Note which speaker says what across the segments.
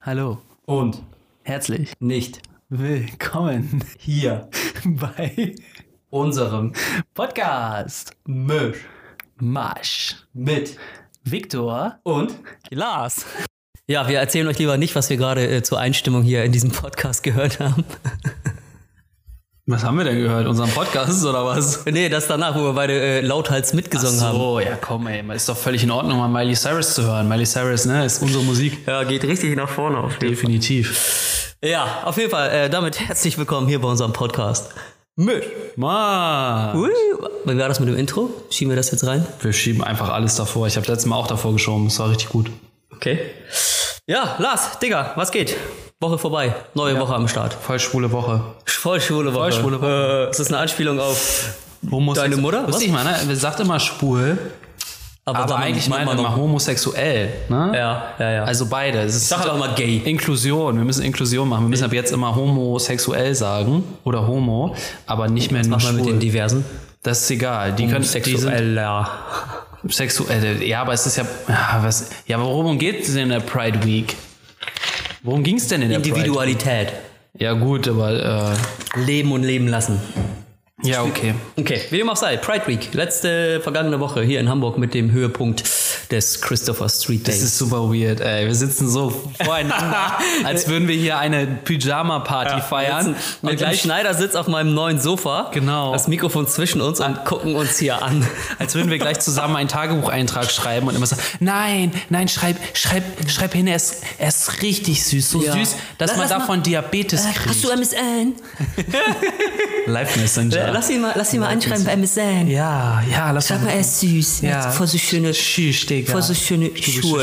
Speaker 1: Hallo,
Speaker 2: Und
Speaker 1: herzlich
Speaker 2: nicht
Speaker 1: willkommen
Speaker 2: hier
Speaker 1: bei
Speaker 2: unserem
Speaker 1: Podcast
Speaker 2: Misch
Speaker 1: Marsch.
Speaker 2: mit
Speaker 1: Viktor,
Speaker 2: und
Speaker 3: Lars. Ja, wir erzählen euch lieber nicht, was wir gerade äh, zur Einstimmung hier in diesem Podcast gehört haben.
Speaker 4: Was haben wir denn gehört? Unseren Podcast oder was?
Speaker 3: nee, das danach, wo wir beide äh, lauthals mitgesungen haben.
Speaker 4: So, ja komm ey, ist doch völlig in Ordnung, mal Miley Cyrus zu hören. Miley Cyrus, ne, ist unsere Musik.
Speaker 3: Ja, geht richtig nach vorne auf jeden
Speaker 4: Definitiv.
Speaker 3: Ja, auf jeden Fall. Äh, damit herzlich willkommen hier bei unserem Podcast. Müll.
Speaker 4: Ma,
Speaker 3: Ui, Wie war das mit dem Intro? Schieben wir das jetzt rein?
Speaker 4: wir schieben einfach alles davor. Ich habe letztes Mal auch davor geschoben, das war richtig gut.
Speaker 3: Okay. Ja, Lars, Digga, was geht? Woche vorbei, neue Woche am Start.
Speaker 4: Voll schwule Woche.
Speaker 3: Voll schwule Woche.
Speaker 4: Voll schwule
Speaker 3: Woche. Äh, ist das eine Anspielung auf... Deine Mutter?
Speaker 4: Wusste ich mal, ne? Man sagt immer schwul, aber
Speaker 3: dann
Speaker 4: eigentlich meint man
Speaker 3: noch-
Speaker 4: immer homosexuell, ne?
Speaker 3: Ja, ja, ja.
Speaker 4: Also beide. Es ist
Speaker 3: Sag einfach mal gay.
Speaker 4: Inklusion, wir müssen Inklusion machen. Wir müssen ab jetzt immer homosexuell sagen oder homo, aber nicht mehr nur
Speaker 3: Mach mal mit den
Speaker 4: schwul.
Speaker 3: diversen.
Speaker 4: Das ist egal. Die können die sind
Speaker 3: Sexueller.
Speaker 4: Sexuelle, ja, aber es ist ja, ja, was, ja, aber worum geht es denn in der Pride Week? Worum ging es denn in der Pride?
Speaker 3: Individualität.
Speaker 4: Ja gut, aber äh,
Speaker 3: Leben und leben lassen.
Speaker 4: ja okay.
Speaker 3: Okay, wie dem auch sei, Pride Week, letzte vergangene Woche hier in Hamburg mit dem Höhepunkt des Christopher Street
Speaker 4: Das
Speaker 3: Days.
Speaker 4: ist super weird, ey. Wir sitzen so voreinander, als würden wir hier eine Pyjama-Party feiern.
Speaker 3: mit
Speaker 4: Und
Speaker 3: gleich
Speaker 4: im-
Speaker 3: Schneider sitzt auf meinem neuen Sofa.
Speaker 4: Genau.
Speaker 3: Das Mikrofon zwischen uns und gucken uns hier an.
Speaker 4: als würden wir gleich zusammen einen Tagebucheintrag schreiben und immer sagen, nein, nein, schreib, schreib, schreib hin, er ist, er ist richtig süß, so
Speaker 3: Ja.
Speaker 4: süß, dass
Speaker 3: Lass-
Speaker 4: man
Speaker 3: lass mal- Äh,
Speaker 4: davon Diabetes kriegt.
Speaker 3: MSN?
Speaker 4: Live Messenger?
Speaker 3: Äh, Lass ihn mal, lass ihn mal anschreiben bei MSN.
Speaker 4: ja, ja, lass mal.
Speaker 3: er ist süß.
Speaker 4: Ja.
Speaker 3: Er hat voll so schöne,
Speaker 4: Tschüss, Digga.
Speaker 3: voll so schöne Schuhe.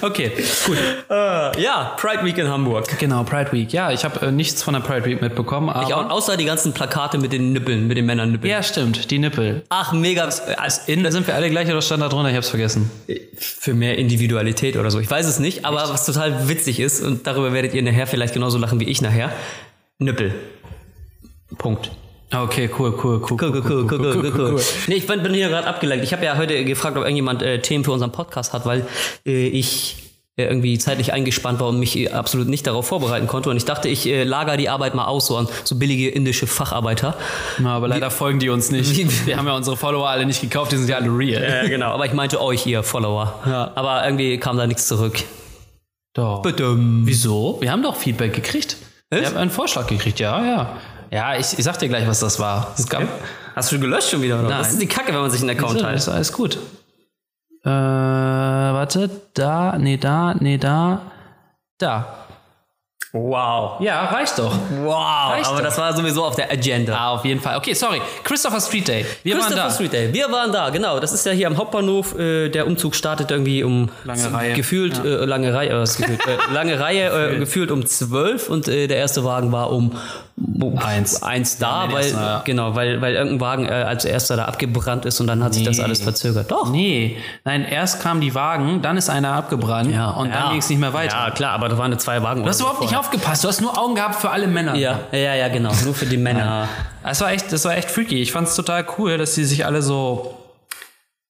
Speaker 4: Okay, gut.
Speaker 3: Äh, ja, Pride Week in Hamburg.
Speaker 4: Genau, Pride Week. Ja, ich habe äh, nichts von der Pride Week mitbekommen, aber.
Speaker 3: Ja, und außer die ganzen Plakate mit den Nippeln, mit den Männernippeln.
Speaker 4: Ja, stimmt, die Nippel.
Speaker 3: Ach, mega. also,
Speaker 4: Als innen sind wir alle gleich oder stand da drunter? Ich hab's vergessen.
Speaker 3: Für mehr Individualität oder so. Ich weiß es nicht, aber was total witzig ist, und darüber werdet ihr nachher vielleicht genauso lachen wie ich nachher. Nippel. Punkt.
Speaker 4: Okay, cool, cool, cool.
Speaker 3: Cool, cool, cool, cool, cool, cool, cool. Nee, ich bin, bin hier gerade abgelenkt. Ich habe ja heute gefragt, ob irgendjemand äh, Themen für unseren Podcast hat, weil äh, ich äh, irgendwie zeitlich eingespannt war und mich äh, absolut nicht darauf vorbereiten konnte. Und ich dachte, ich äh, lager die Arbeit mal aus, so an so billige indische Facharbeiter.
Speaker 4: Na, aber leider folgen die uns nicht. Wir haben ja unsere Follower alle nicht gekauft, die sind ja alle real.
Speaker 3: Ja, genau. Aber ich meinte euch, ihr Follower.
Speaker 4: Ja.
Speaker 3: Aber irgendwie kam da nichts zurück.
Speaker 4: Doch. Wieso? Wir haben doch Feedback gekriegt. Wir haben einen Vorschlag gekriegt, ja, ja. Ja, ich, ich sag dir gleich, was das war. Es gab,
Speaker 3: Hast du gelöscht schon wieder? Oder?
Speaker 4: Nein.
Speaker 3: Das ist die Kacke, wenn man sich einen Account
Speaker 4: Wieso?
Speaker 3: teilt.
Speaker 4: Ist alles gut. Äh, warte, da, nee, da, nee, da, da.
Speaker 3: Wow.
Speaker 4: Ja, reicht doch.
Speaker 3: Wow.
Speaker 4: Reicht
Speaker 3: aber
Speaker 4: doch.
Speaker 3: das war sowieso auf der Agenda.
Speaker 4: Ah, auf jeden Fall. Okay, sorry. Christopher Street Day. Wir
Speaker 3: Christopher
Speaker 4: waren da.
Speaker 3: Street Day. Wir waren da, genau. Das ist ja hier am Hauptbahnhof. Äh, der Umzug startet irgendwie um
Speaker 4: Lange
Speaker 3: z-
Speaker 4: Reihe.
Speaker 3: gefühlt äh, lange Reihe, äh, was gefühlt, äh, lange Reihe äh, gefühlt um zwölf und äh, der erste Wagen war um, um
Speaker 4: Eins.
Speaker 3: eins da,
Speaker 4: nee, der
Speaker 3: weil
Speaker 4: erste, ja.
Speaker 3: genau, weil weil irgendein Wagen äh, als erster da abgebrannt ist und dann hat sich das
Speaker 4: Nee.
Speaker 3: alles verzögert. Doch.
Speaker 4: Nee, nein, erst kamen die Wagen, dann ist einer abgebrannt und dann ging es nicht mehr weiter.
Speaker 3: Ja, klar, aber da waren eine zwei Wagen.
Speaker 4: Du hast überhaupt nicht aufgepasst. Du hast nur Augen gehabt für alle Männer.
Speaker 3: Ja, ja, ja, genau. Nur für die Männer.
Speaker 4: Das war echt, das war echt freaky. Ich fand es total cool, dass die sich alle so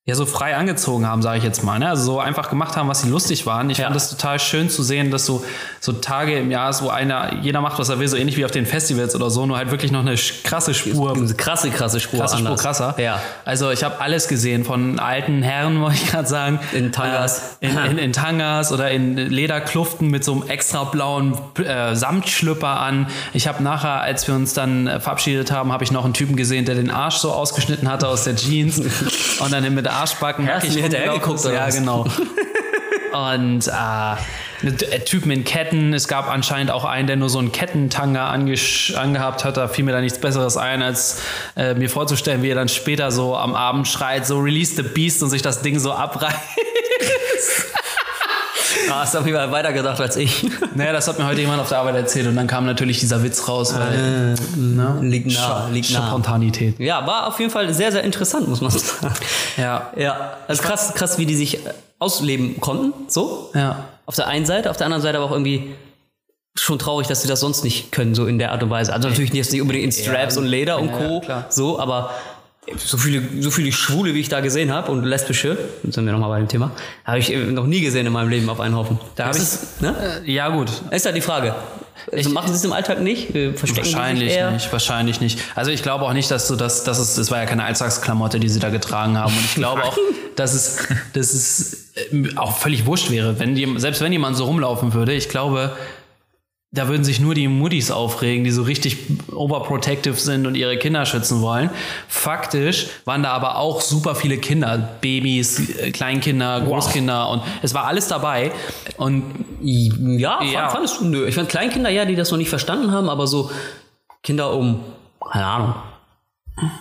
Speaker 4: ja so frei angezogen haben, sage ich jetzt mal. Ne? Also so einfach gemacht haben, was sie lustig waren. Ich fand das total schön zu sehen, dass so so Tage im Jahr ist, wo einer jeder macht, was er will, so ähnlich wie auf den Festivals oder so, nur halt wirklich noch eine sch- krasse Spur.
Speaker 3: Diese krasse, krasse Spur.
Speaker 4: Krasse Spur
Speaker 3: anders.
Speaker 4: krasser.
Speaker 3: Ja.
Speaker 4: Also ich habe alles gesehen, von alten Herren, wollte ich gerade sagen.
Speaker 3: In Tangas.
Speaker 4: Äh, In, in, in Tangas oder in Lederkluften mit so einem extra blauen äh, Samtschlüpper an. Ich habe nachher, als wir uns dann äh, verabschiedet haben, habe ich noch einen Typen gesehen, der den Arsch so ausgeschnitten hatte aus der Jeans und dann mit der Arschbacken
Speaker 3: Hast du
Speaker 4: nackig
Speaker 3: mir hinterher
Speaker 4: rumgelaufen ist.
Speaker 3: geguckt, oder
Speaker 4: Ja,
Speaker 3: was?
Speaker 4: genau. Und äh, mit, äh, Typen in Ketten. Es gab anscheinend auch einen, der nur so einen Kettentanga angesch- angehabt hat. Da fiel mir da nichts Besseres ein, als äh, mir vorzustellen, wie er dann später so am Abend schreit, so Release the Beast und sich das Ding so abreißt.
Speaker 3: Ah, hast du auf jeden Fall weitergedacht als ich.
Speaker 4: naja, das hat mir heute jemand auf der Arbeit erzählt. Und dann kam natürlich dieser Witz raus. Weil,
Speaker 3: Liegt nah, liegt nah.
Speaker 4: Spontanität.
Speaker 3: Ja, war auf jeden Fall sehr, sehr interessant, muss man sagen.
Speaker 4: Ja.
Speaker 3: Ja, also krass, krass, wie die sich äh, ausleben konnten, so.
Speaker 4: Ja.
Speaker 3: Auf der einen Seite, auf der anderen Seite aber auch irgendwie schon traurig, dass sie das sonst nicht können, so in der Art und Weise. Also natürlich jetzt nicht unbedingt in Straps und Leder und
Speaker 4: Ja,
Speaker 3: Co.
Speaker 4: ja, klar.
Speaker 3: so, aber so viele, so viele Schwule, wie ich da gesehen habe und lesbische, jetzt sind wir nochmal bei dem Thema, habe ich äh, noch nie gesehen in meinem Leben auf einen Haufen. Da
Speaker 4: Das
Speaker 3: habe
Speaker 4: ist-
Speaker 3: ich, ne?
Speaker 4: Ja, gut.
Speaker 3: Ist ja die Frage. Also machen sie es im Alltag nicht? Äh, Verstecken die sich
Speaker 4: Wahrscheinlich
Speaker 3: eher?
Speaker 4: nicht, wahrscheinlich nicht. Also ich glaube auch nicht, dass du das, das ist, das war ja keine Alltagsklamotte, die sie da getragen haben. Und ich glaube auch, dass es, dass es äh, auch völlig wurscht wäre, wenn die, selbst wenn jemand so rumlaufen würde. Ich glaube, da würden sich nur die Muttis aufregen, die so richtig overprotective sind und ihre Kinder schützen wollen. Faktisch waren da aber auch super viele Kinder, Babys, äh, Kleinkinder, Großkinder und es war alles dabei. Und
Speaker 3: Ja, fand,
Speaker 4: Ja.
Speaker 3: fandest du? Nö. Ich fand Kleinkinder ja, die das noch nicht verstanden haben, aber so Kinder um, keine Ahnung,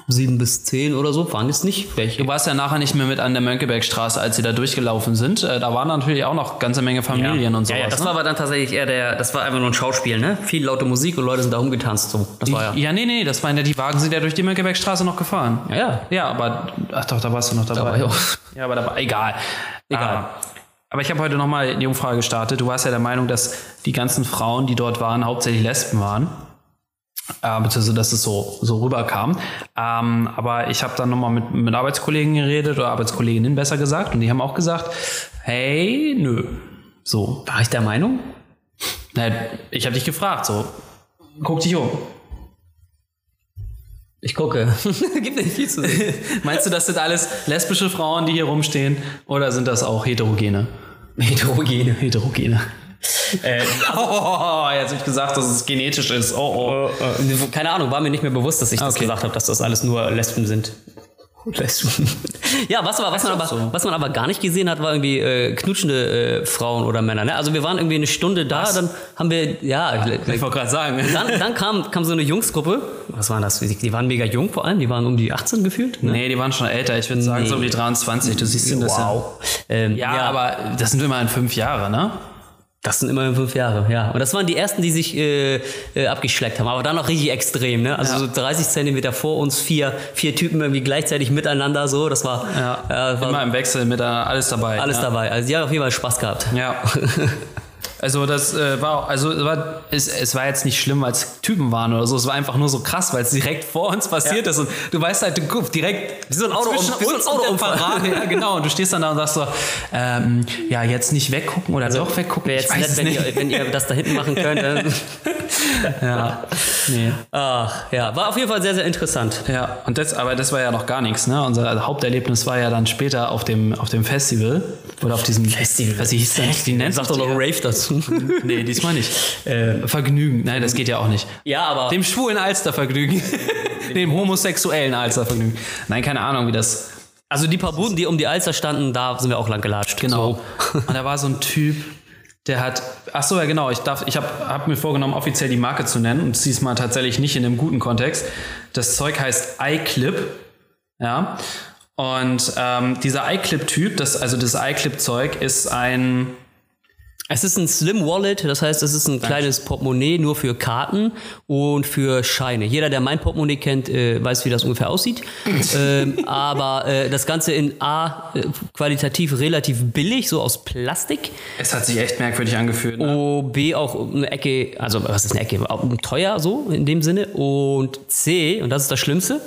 Speaker 3: sieben bis zehn oder so waren jetzt nicht welche.
Speaker 4: Du warst ja nachher nicht mehr mit an der Mönckebergstraße, als sie da durchgelaufen sind. Äh, Da waren natürlich auch noch ganze Menge Familien und sowas.
Speaker 3: Ja, ja, das
Speaker 4: ne?
Speaker 3: war aber dann tatsächlich eher der, das war einfach nur ein Schauspiel, ne? Viel laute Musik und Leute sind da rumgetanzt, so. Das war ja.
Speaker 4: ja, nee, nee, das waren ja die Wagen, sind ja durch die Mönckebergstraße noch gefahren.
Speaker 3: Ja, ja.
Speaker 4: Ja, aber ach doch, da warst du noch dabei.
Speaker 3: war ich auch.
Speaker 4: Ja, aber da war egal.
Speaker 3: Egal.
Speaker 4: Ah, aber ich habe heute nochmal die Umfrage gestartet. Du warst ja der Meinung, dass die ganzen Frauen, die dort waren, hauptsächlich Lesben waren. Äh, beziehungsweise, dass es so, so rüberkam. Ähm, aber ich habe dann nochmal mit, mit Arbeitskollegen geredet oder Arbeitskolleginnen besser gesagt und die haben auch gesagt, hey, nö. So,
Speaker 3: War ich der Meinung?
Speaker 4: na, ich habe dich gefragt, so. Guck dich um.
Speaker 3: Ich gucke. Gibt nicht viel zu sehen.
Speaker 4: Meinst du, das sind alles lesbische Frauen, die hier rumstehen? Oder sind das auch heterogene? Heterogene, heterogene. oh, jetzt habe ich gesagt, dass es genetisch ist. Oh, oh.
Speaker 3: Keine Ahnung, war mir nicht mehr bewusst, dass ich das gesagt habe, dass das alles nur Lesben sind. Lesben. ja, was, aber, was, man aber, was man aber gar nicht gesehen hat, war irgendwie äh, knutschende äh, Frauen oder Männer. Ne? Also wir waren irgendwie eine Stunde da, dann haben wir, ja,
Speaker 4: Ich wollte gerade sagen. ne?
Speaker 3: dann, dann kam, kam so eine Jungsgruppe. Was waren das? Die, die waren mega jung vor allem, die waren um die 18 gefühlt. Ne?
Speaker 4: Nee, die waren schon älter. Ich würde sagen, so um die 23. Du siehst denn das
Speaker 3: wow. Ähm,
Speaker 4: ja. Ja, aber das sind immerhin fünf Jahre, ne?
Speaker 3: Das sind immerhin fünf Jahre, ja. Und das waren die ersten, die sich äh, äh, abgeschleckt haben. Aber dann noch richtig extrem, ne? Also so 30 Zentimeter vor uns, vier, vier Typen irgendwie gleichzeitig miteinander, so. Das war,
Speaker 4: Ja.
Speaker 3: äh, war
Speaker 4: Immer im Wechsel mit äh, alles dabei.
Speaker 3: alles
Speaker 4: ja.
Speaker 3: dabei. Also die haben auf jeden Fall Spaß gehabt.
Speaker 4: Ja. Also das äh, war, also es war, es, es war jetzt nicht schlimm, als Typen waren oder so. Es war einfach nur so krass, weil es direkt vor uns passiert ist und du weißt halt, du guckst direkt wie so
Speaker 3: ein Auto- wie so ein
Speaker 4: und der
Speaker 3: Autounfall.
Speaker 4: Parade. Ja, genau. Und du stehst dann da und sagst so, ähm, ja jetzt nicht weggucken oder doch weggucken.
Speaker 3: Wäre
Speaker 4: ich
Speaker 3: jetzt
Speaker 4: weiß es
Speaker 3: nett, wenn
Speaker 4: Also, nicht.
Speaker 3: ihr, wenn ihr das da hinten machen könnt. äh.
Speaker 4: ja. Nee.
Speaker 3: Ach, ja. War auf jeden Fall sehr, sehr interessant.
Speaker 4: Ja. Und das, aber das war ja noch gar nichts. Ne? Unser Haupterlebnis war ja dann später auf dem auf dem Festival oder auf diesem
Speaker 3: Festival.
Speaker 4: Was hieß denn? Wie nennt
Speaker 3: Sag doch noch Rave dazu.
Speaker 4: Nee, diesmal nicht. Äh, Vergnügen. Nein, das geht ja auch nicht.
Speaker 3: ja, aber.
Speaker 4: Dem schwulen Alstervergnügen. Dem homosexuellen Alstervergnügen. Nein, keine Ahnung, wie das.
Speaker 3: also die paar Buden, die um die Alster standen, da sind wir auch lang gelatscht.
Speaker 4: Genau. Und da war so ein Typ, der hat. Ach so, ja, genau. Ich, darf- ich habe hab mir vorgenommen, offiziell die Marke zu nennen. Und diesmal tatsächlich nicht in einem guten Kontext. Das Zeug heißt iClip. Ja. Und ähm, dieser iClip-Typ, das, also das iClip-Zeug, ist ein.
Speaker 3: Es ist ein Slim Wallet, das heißt, es ist ein kleines Portemonnaie nur für Karten und für Scheine. Jeder, der mein Portemonnaie kennt, äh, weiß, wie das ungefähr aussieht. ähm, aber äh, das Ganze in A, äh, qualitativ relativ billig, so aus Plastik.
Speaker 4: Es hat sich echt merkwürdig angefühlt. Ne?
Speaker 3: O, B auch um eine Ecke, also was ist eine Ecke? Auch um Teuer so in dem Sinne. Und C, und das ist das Schlimmste,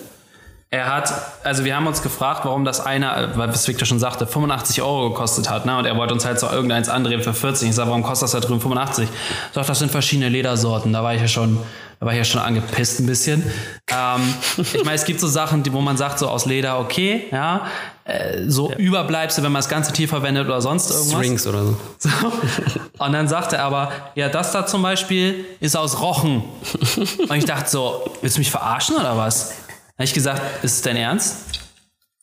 Speaker 4: Er hat, also wir haben uns gefragt, warum das eine, äh, was Victor schon sagte, 85 Euro gekostet hat, ne? Und er wollte uns halt so irgendeins andrehen für 40. Ich sage, warum kostet das da drüben 85? Doch, das sind verschiedene Ledersorten. Da war ich ja schon, da war ich ja schon angepisst ein bisschen. Ähm, ich meine, es gibt so Sachen, die, wo man sagt, so aus Leder, okay, ja. Äh, so Überbleibsel, wenn man das ganze Tier verwendet oder sonst irgendwas.
Speaker 3: Strings oder so.
Speaker 4: So. Und dann sagte er aber, ja, das da zum Beispiel ist aus Rochen. Und ich dachte so, willst du mich verarschen oder was? Dann habe ich gesagt, ist es dein Ernst?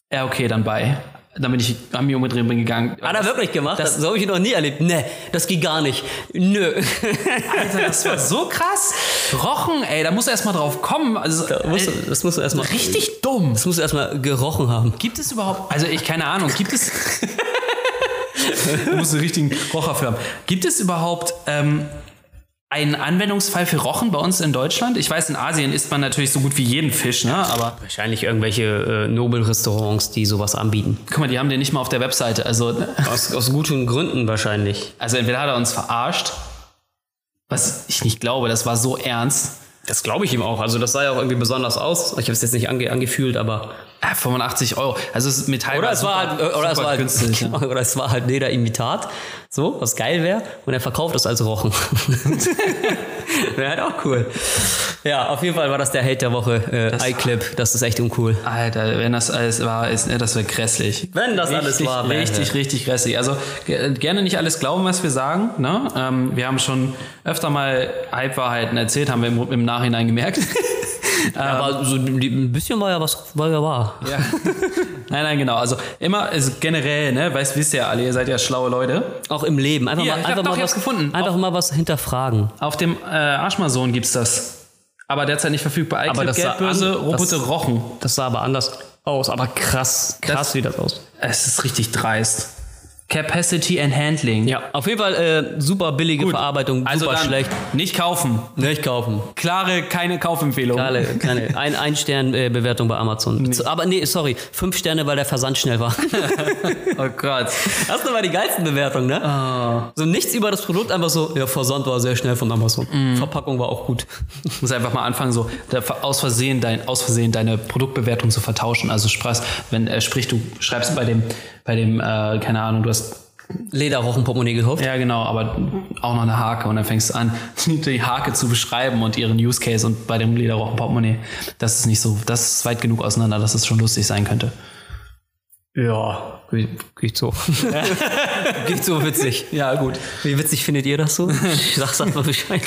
Speaker 4: Ja, okay, dann bei. Dann bin ich an mir umgedreht und bin gegangen.
Speaker 3: Hat er wirklich gemacht? Das, so habe ich noch nie erlebt. Nee, das geht gar nicht. Nö.
Speaker 4: Alter, das war so krass. Rochen, ey, da musst du erstmal drauf kommen. Also, äh,
Speaker 3: Da musst du, das musst du erstmal.
Speaker 4: richtig dumm.
Speaker 3: Das musst du erstmal gerochen haben.
Speaker 4: Gibt es überhaupt, also ich keine Ahnung, gibt es. du musst einen richtigen Rocher für haben. Gibt es überhaupt ähm, einen Anwendungsfall für Rochen bei uns in Deutschland? Ich weiß, in Asien isst man natürlich so gut wie jeden Fisch, ne? Aber
Speaker 3: Wahrscheinlich irgendwelche äh, Nobelrestaurants, die sowas anbieten.
Speaker 4: guck mal, die haben den nicht mal auf der Webseite. Also,
Speaker 3: Aus, aus guten Gründen wahrscheinlich.
Speaker 4: also entweder hat er uns verarscht, was ich nicht glaube, das war so ernst.
Speaker 3: Das glaube ich ihm auch. Also das sah ja auch irgendwie besonders aus. Ich habe es jetzt nicht ange angefühlt, aber
Speaker 4: Ja, 85 Ah, Euro. Also es ist Metall.
Speaker 3: Oder es war halt, oder es war halt,
Speaker 4: günstig. ja.
Speaker 3: genau, oder es war halt Lederimitat, so, was geil wäre, und er verkauft es als Rochen. wäre halt auch cool. Ja, auf jeden Fall war das der Hate der Woche, äh, iClip, das Ähm, ist echt uncool.
Speaker 4: Alter, wenn das alles wahr ist, ne, das wäre grässlich.
Speaker 3: Wenn das alles
Speaker 4: richtig,
Speaker 3: wahr wäre.
Speaker 4: Richtig, richtig grässlich. Also ge- gerne nicht alles glauben, was wir sagen. Ne? Ähm, wir haben schon öfter mal Halbwahrheiten erzählt, haben wir im, im Nachhinein gemerkt.
Speaker 3: Aber so die- ein bisschen war ja was, war ja wahr.
Speaker 4: Ja. nein, nein, genau. Also immer, also generell, ne, weißt, wisst ihr ja alle, ihr seid ja schlaue Leute.
Speaker 3: Auch im Leben. Einfach
Speaker 4: Hier,
Speaker 3: mal,
Speaker 4: ich hab
Speaker 3: einfach
Speaker 4: doch,
Speaker 3: mal
Speaker 4: ich
Speaker 3: was,
Speaker 4: hab's gefunden.
Speaker 3: einfach mal was hinterfragen.
Speaker 4: Auf dem äh, Arschmason gibt's das. Aber derzeit nicht verfügbar.
Speaker 3: Aber das sah
Speaker 4: Geldbörse,
Speaker 3: an-
Speaker 4: Roboter
Speaker 3: das-
Speaker 4: Rochen.
Speaker 3: Das sah aber anders aus, aber krass, krass
Speaker 4: Das-
Speaker 3: sieht das aus.
Speaker 4: Es ist richtig dreist. Capacity and Handling.
Speaker 3: Ja, auf jeden Fall äh, super billige Verarbeitung,
Speaker 4: Also
Speaker 3: super
Speaker 4: dann
Speaker 3: schlecht.
Speaker 4: nicht kaufen.
Speaker 3: Nicht kaufen.
Speaker 4: Klare, keine Kaufempfehlung.
Speaker 3: Alle, keine. Ein, ein Stern äh, Bewertung bei Amazon. Zu- Aber nee, sorry, fünf Sterne, weil der Versand schnell war.
Speaker 4: Oh Gott. Ah.
Speaker 3: Das sind aber die geilsten Bewertungen, ne? So nichts über das Produkt, einfach so, ja, Versand war sehr schnell von Amazon.
Speaker 4: Mhm.
Speaker 3: Verpackung war auch gut.
Speaker 4: Ich muss einfach mal anfangen, so da ver- aus Versehen, dein, aus Versehen deine Produktbewertung zu vertauschen. Also sprich, wenn äh, sprich, du schreibst bei dem, bei dem, äh, keine Ahnung, du hast
Speaker 3: Lederrochen-Portemonnaie gekauft.
Speaker 4: Ja, genau, aber auch noch eine Hake und dann fängst du an, die Hake zu beschreiben und ihren Use Case und bei dem Lederrochen Portemonnaie. Das ist nicht so, das ist weit genug auseinander, dass es schon lustig sein könnte.
Speaker 3: Ja, geht so. geht so witzig.
Speaker 4: Ja, gut.
Speaker 3: Wie witzig findet ihr das so? Sag's einfach Bescheid.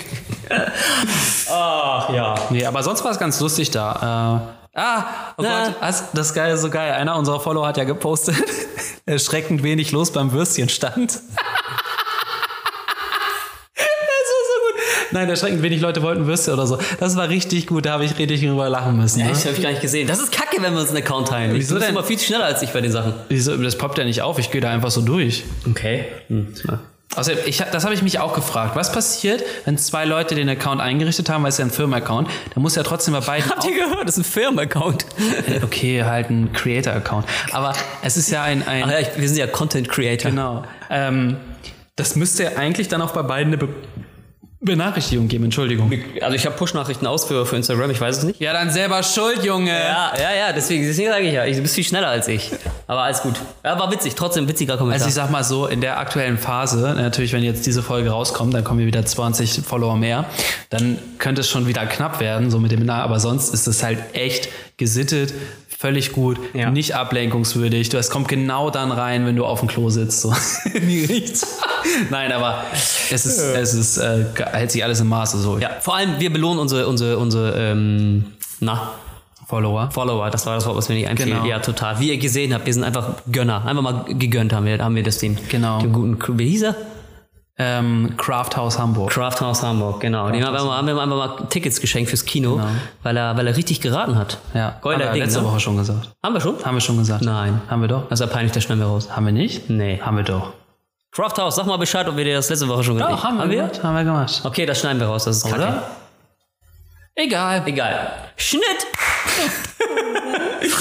Speaker 3: Ach ja.
Speaker 4: Nee, aber sonst war es ganz lustig da. Äh, ah, oh
Speaker 3: Na.
Speaker 4: Gott, das, das ist geil, so geil. Einer unserer Follower hat ja gepostet, erschreckend wenig los beim Würstchenstand. das war so gut. Nein, erschreckend wenig Leute wollten Würstchen oder so. Das war richtig gut, da habe ich richtig drüber lachen müssen. ne?
Speaker 3: Ich habe ich gar nicht gesehen. Das ist kacke, wenn wir uns einen Account teilen. du
Speaker 4: Wieso
Speaker 3: bist
Speaker 4: denn?
Speaker 3: immer viel schneller als ich bei den Sachen.
Speaker 4: Wieso? Das poppt ja nicht auf, ich gehe da einfach so durch.
Speaker 3: Okay. Hm.
Speaker 4: Außerdem, ich, hab- das habe ich mich auch gefragt. Was passiert, wenn zwei Leute den Account eingerichtet haben, weil es ja ein Firmenaccount, dann muss ja trotzdem bei beiden.
Speaker 3: Habt ihr gehört? Das ist ein Firmenaccount.
Speaker 4: okay, halt ein Creator-Account. Aber es ist ja ein. ein
Speaker 3: Ach ja, ich, wir sind ja Content Creator.
Speaker 4: genau. Ähm, das müsste ja eigentlich dann auch bei beiden eine Be Benachrichtigung geben, Entschuldigung.
Speaker 3: Also ich habe Push-Nachrichten aus für, für Instagram, ich weiß es nicht.
Speaker 4: Ja, dann selber schuld, Junge.
Speaker 3: Ja, ja, ja, deswegen, deswegen sage ich ja, ich- du bist viel schneller als ich. Aber alles gut. Ja, war witzig, trotzdem witziger Kommentar.
Speaker 4: Also ich sag mal so, in der aktuellen Phase, natürlich, wenn jetzt diese Folge rauskommt, dann kommen wir wieder 20 Follower mehr, dann könnte es schon wieder knapp werden, so mit dem Na, aber sonst ist es halt echt gesittet, völlig gut,
Speaker 3: Ja.
Speaker 4: nicht ablenkungswürdig. Du- Es kommt genau dann rein, wenn du auf dem Klo sitzt. So. Wie riecht's? Nein, aber es ist, es ist, äh, ge- hält sich alles im Maße so.
Speaker 3: ja, vor allem, wir belohnen unsere, unsere, unsere, ähm, na,
Speaker 4: Follower.
Speaker 3: Follower, das war das Wort, was mir nicht einfiel.
Speaker 4: Genau.
Speaker 3: Ja, total. Wie ihr gesehen habt, wir sind einfach Gönner. Einfach mal gegönnt haben wir, haben wir das Team.
Speaker 4: Genau.
Speaker 3: Dem guten, wie hieß er?
Speaker 4: Ähm, Crafthouse Hamburg.
Speaker 3: Craft House Hamburg, genau. Dem haben wir, haben wir einfach mal Tickets geschenkt fürs Kino, weil, er, weil er richtig geraten hat.
Speaker 4: Ja, haben
Speaker 3: Golder
Speaker 4: wir
Speaker 3: Ding.
Speaker 4: letzte
Speaker 3: ne?
Speaker 4: Woche schon gesagt.
Speaker 3: Haben wir schon?
Speaker 4: Haben wir schon gesagt.
Speaker 3: Nein.
Speaker 4: Haben wir doch.
Speaker 3: Das ist ja peinlich, da schneiden wir raus.
Speaker 4: Haben wir nicht?
Speaker 3: Nee.
Speaker 4: Haben wir doch.
Speaker 3: Craft House, sag mal Bescheid, ob wir dir das letzte Woche schon gesagt
Speaker 4: gemacht. Haben wir gemacht.
Speaker 3: Okay, das schneiden wir raus, das ist kacke.
Speaker 4: Oder?
Speaker 3: Egal. Egal. Schnitt!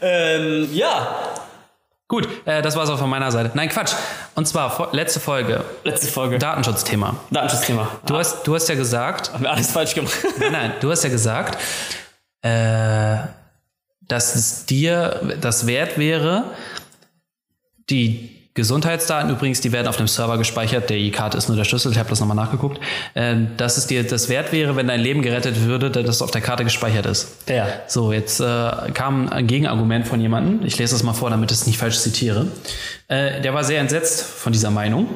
Speaker 3: ähm, ja.
Speaker 4: Gut, äh, das war's auch von meiner Seite. Nein, Quatsch. Und zwar vor, letzte Folge.
Speaker 3: Letzte Folge.
Speaker 4: Datenschutzthema.
Speaker 3: Datenschutzthema.
Speaker 4: Du hast, du hast ja gesagt,
Speaker 3: Haben wir alles falsch gemacht.
Speaker 4: nein, nein, du hast ja gesagt, äh, dass es dir das wert wäre, die Gesundheitsdaten übrigens, die werden auf dem Server gespeichert, der E-Card ist nur der Schlüssel, ich habe das nochmal nachgeguckt, äh, dass es dir das wert wäre, wenn dein Leben gerettet würde, dass das auf der Karte gespeichert ist.
Speaker 3: Ja.
Speaker 4: So, jetzt äh, kam ein Gegenargument von jemandem. Ich lese das mal vor, damit ich es nicht falsch zitiere. Äh, der war sehr entsetzt von dieser Meinung.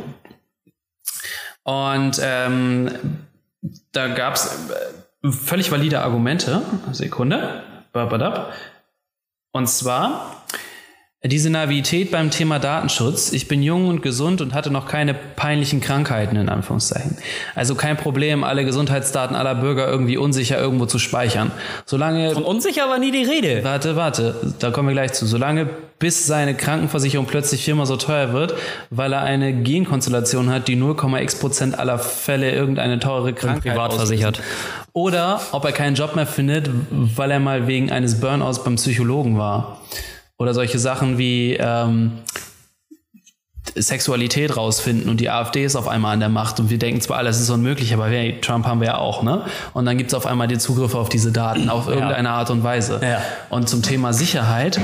Speaker 4: Und ähm, da gab es äh, völlig valide Argumente. Sekunde. Babadab. Und zwar diese Naivität beim Thema Datenschutz. Ich bin jung und gesund und hatte noch keine peinlichen Krankheiten, in Anführungszeichen. Also kein Problem, alle Gesundheitsdaten aller Bürger irgendwie unsicher irgendwo zu speichern. Solange
Speaker 3: Von unsicher war nie die Rede.
Speaker 4: Warte, warte, da kommen wir gleich zu. Solange bis seine Krankenversicherung plötzlich viermal so teuer wird, weil er eine Genkonstellation hat, die 0,x Prozent aller Fälle irgendeine teure Krankheit
Speaker 3: privat
Speaker 4: auslösen.
Speaker 3: versichert.
Speaker 4: Oder ob er keinen Job mehr findet, weil er mal wegen eines Burnouts beim Psychologen war. Oder solche Sachen wie, ähm, Sexualität rausfinden und die AfD ist auf einmal an der Macht und wir denken zwar, alles ist unmöglich, aber hey, Trump haben wir ja auch, ne? Und dann gibt es auf einmal den Zugriff auf diese Daten auf irgendeine Art und Weise.
Speaker 3: Ja.
Speaker 4: Und zum Thema Sicherheit.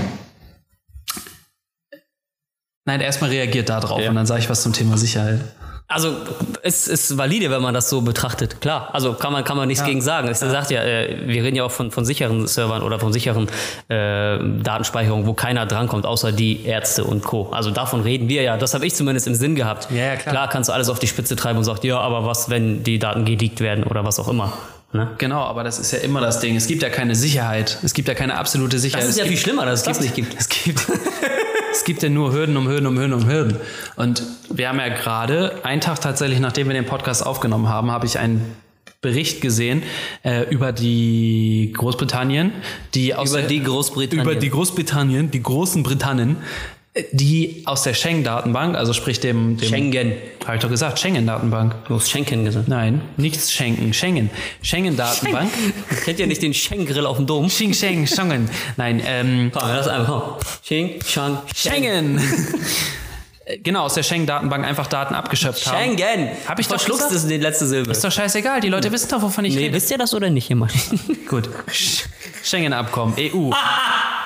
Speaker 4: Nein, erstmal reagiert da drauf
Speaker 3: Ja.
Speaker 4: und dann sage ich was zum Thema Sicherheit.
Speaker 3: Also es ist valide, wenn man das so betrachtet. Klar, also kann man kann man nichts gegen sagen. Es sagt ja, äh, wir reden ja auch von, von sicheren Servern oder von sicheren äh, Datenspeicherungen, wo keiner drankommt, außer die Ärzte und Co. Also davon reden wir ja. Das habe ich zumindest im Sinn gehabt.
Speaker 4: Ja, ja, klar.
Speaker 3: klar kannst du alles auf die Spitze treiben und sagst, ja, aber was, wenn die Daten geleakt werden oder was auch immer. Ne?
Speaker 4: Genau, aber das ist ja immer das Ding. Es gibt ja keine Sicherheit. Es gibt ja keine absolute Sicherheit.
Speaker 3: Das ist
Speaker 4: es
Speaker 3: ja
Speaker 4: gibt,
Speaker 3: viel schlimmer, dass es das nicht gibt.
Speaker 4: Es gibt, es gibt ja nur Hürden um Hürden um Hürden um Hürden. Und wir haben ja gerade, einen Tag tatsächlich, nachdem wir den Podcast aufgenommen haben, habe ich einen Bericht gesehen äh, über die Großbritannien, die aus
Speaker 3: Über
Speaker 4: der-
Speaker 3: die Großbritannien.
Speaker 4: über die Großbritannien, die großen Britannen, äh, die aus der Schengen-Datenbank, also sprich dem, dem
Speaker 3: Schengen.
Speaker 4: habe ich doch gesagt, Schengen-Datenbank.
Speaker 3: Du hast Schengen gesagt.
Speaker 4: Nein, nichts Schengen, Schengen, Schengen-Datenbank.
Speaker 3: Kennt ihr nicht den Schengen-Grill auf dem Dom?
Speaker 4: Xing, Schengen, Schengen. Nein, ähm,
Speaker 3: Komm, das einfach. Schengen, Schengen,
Speaker 4: Schengen. Äh, genau, aus der Schengen-Datenbank einfach Daten abgeschöpft haben.
Speaker 3: Schengen.
Speaker 4: Hab ich doch
Speaker 3: Verschluckst
Speaker 4: gesagt.
Speaker 3: es in den letzten Silbe.
Speaker 4: Ist doch scheißegal, die Leute wissen doch, wovon ich
Speaker 3: Nee,
Speaker 4: rede.
Speaker 3: wisst ihr das oder nicht immer?
Speaker 4: Gut. Sch- Schengen-Abkommen, EU. E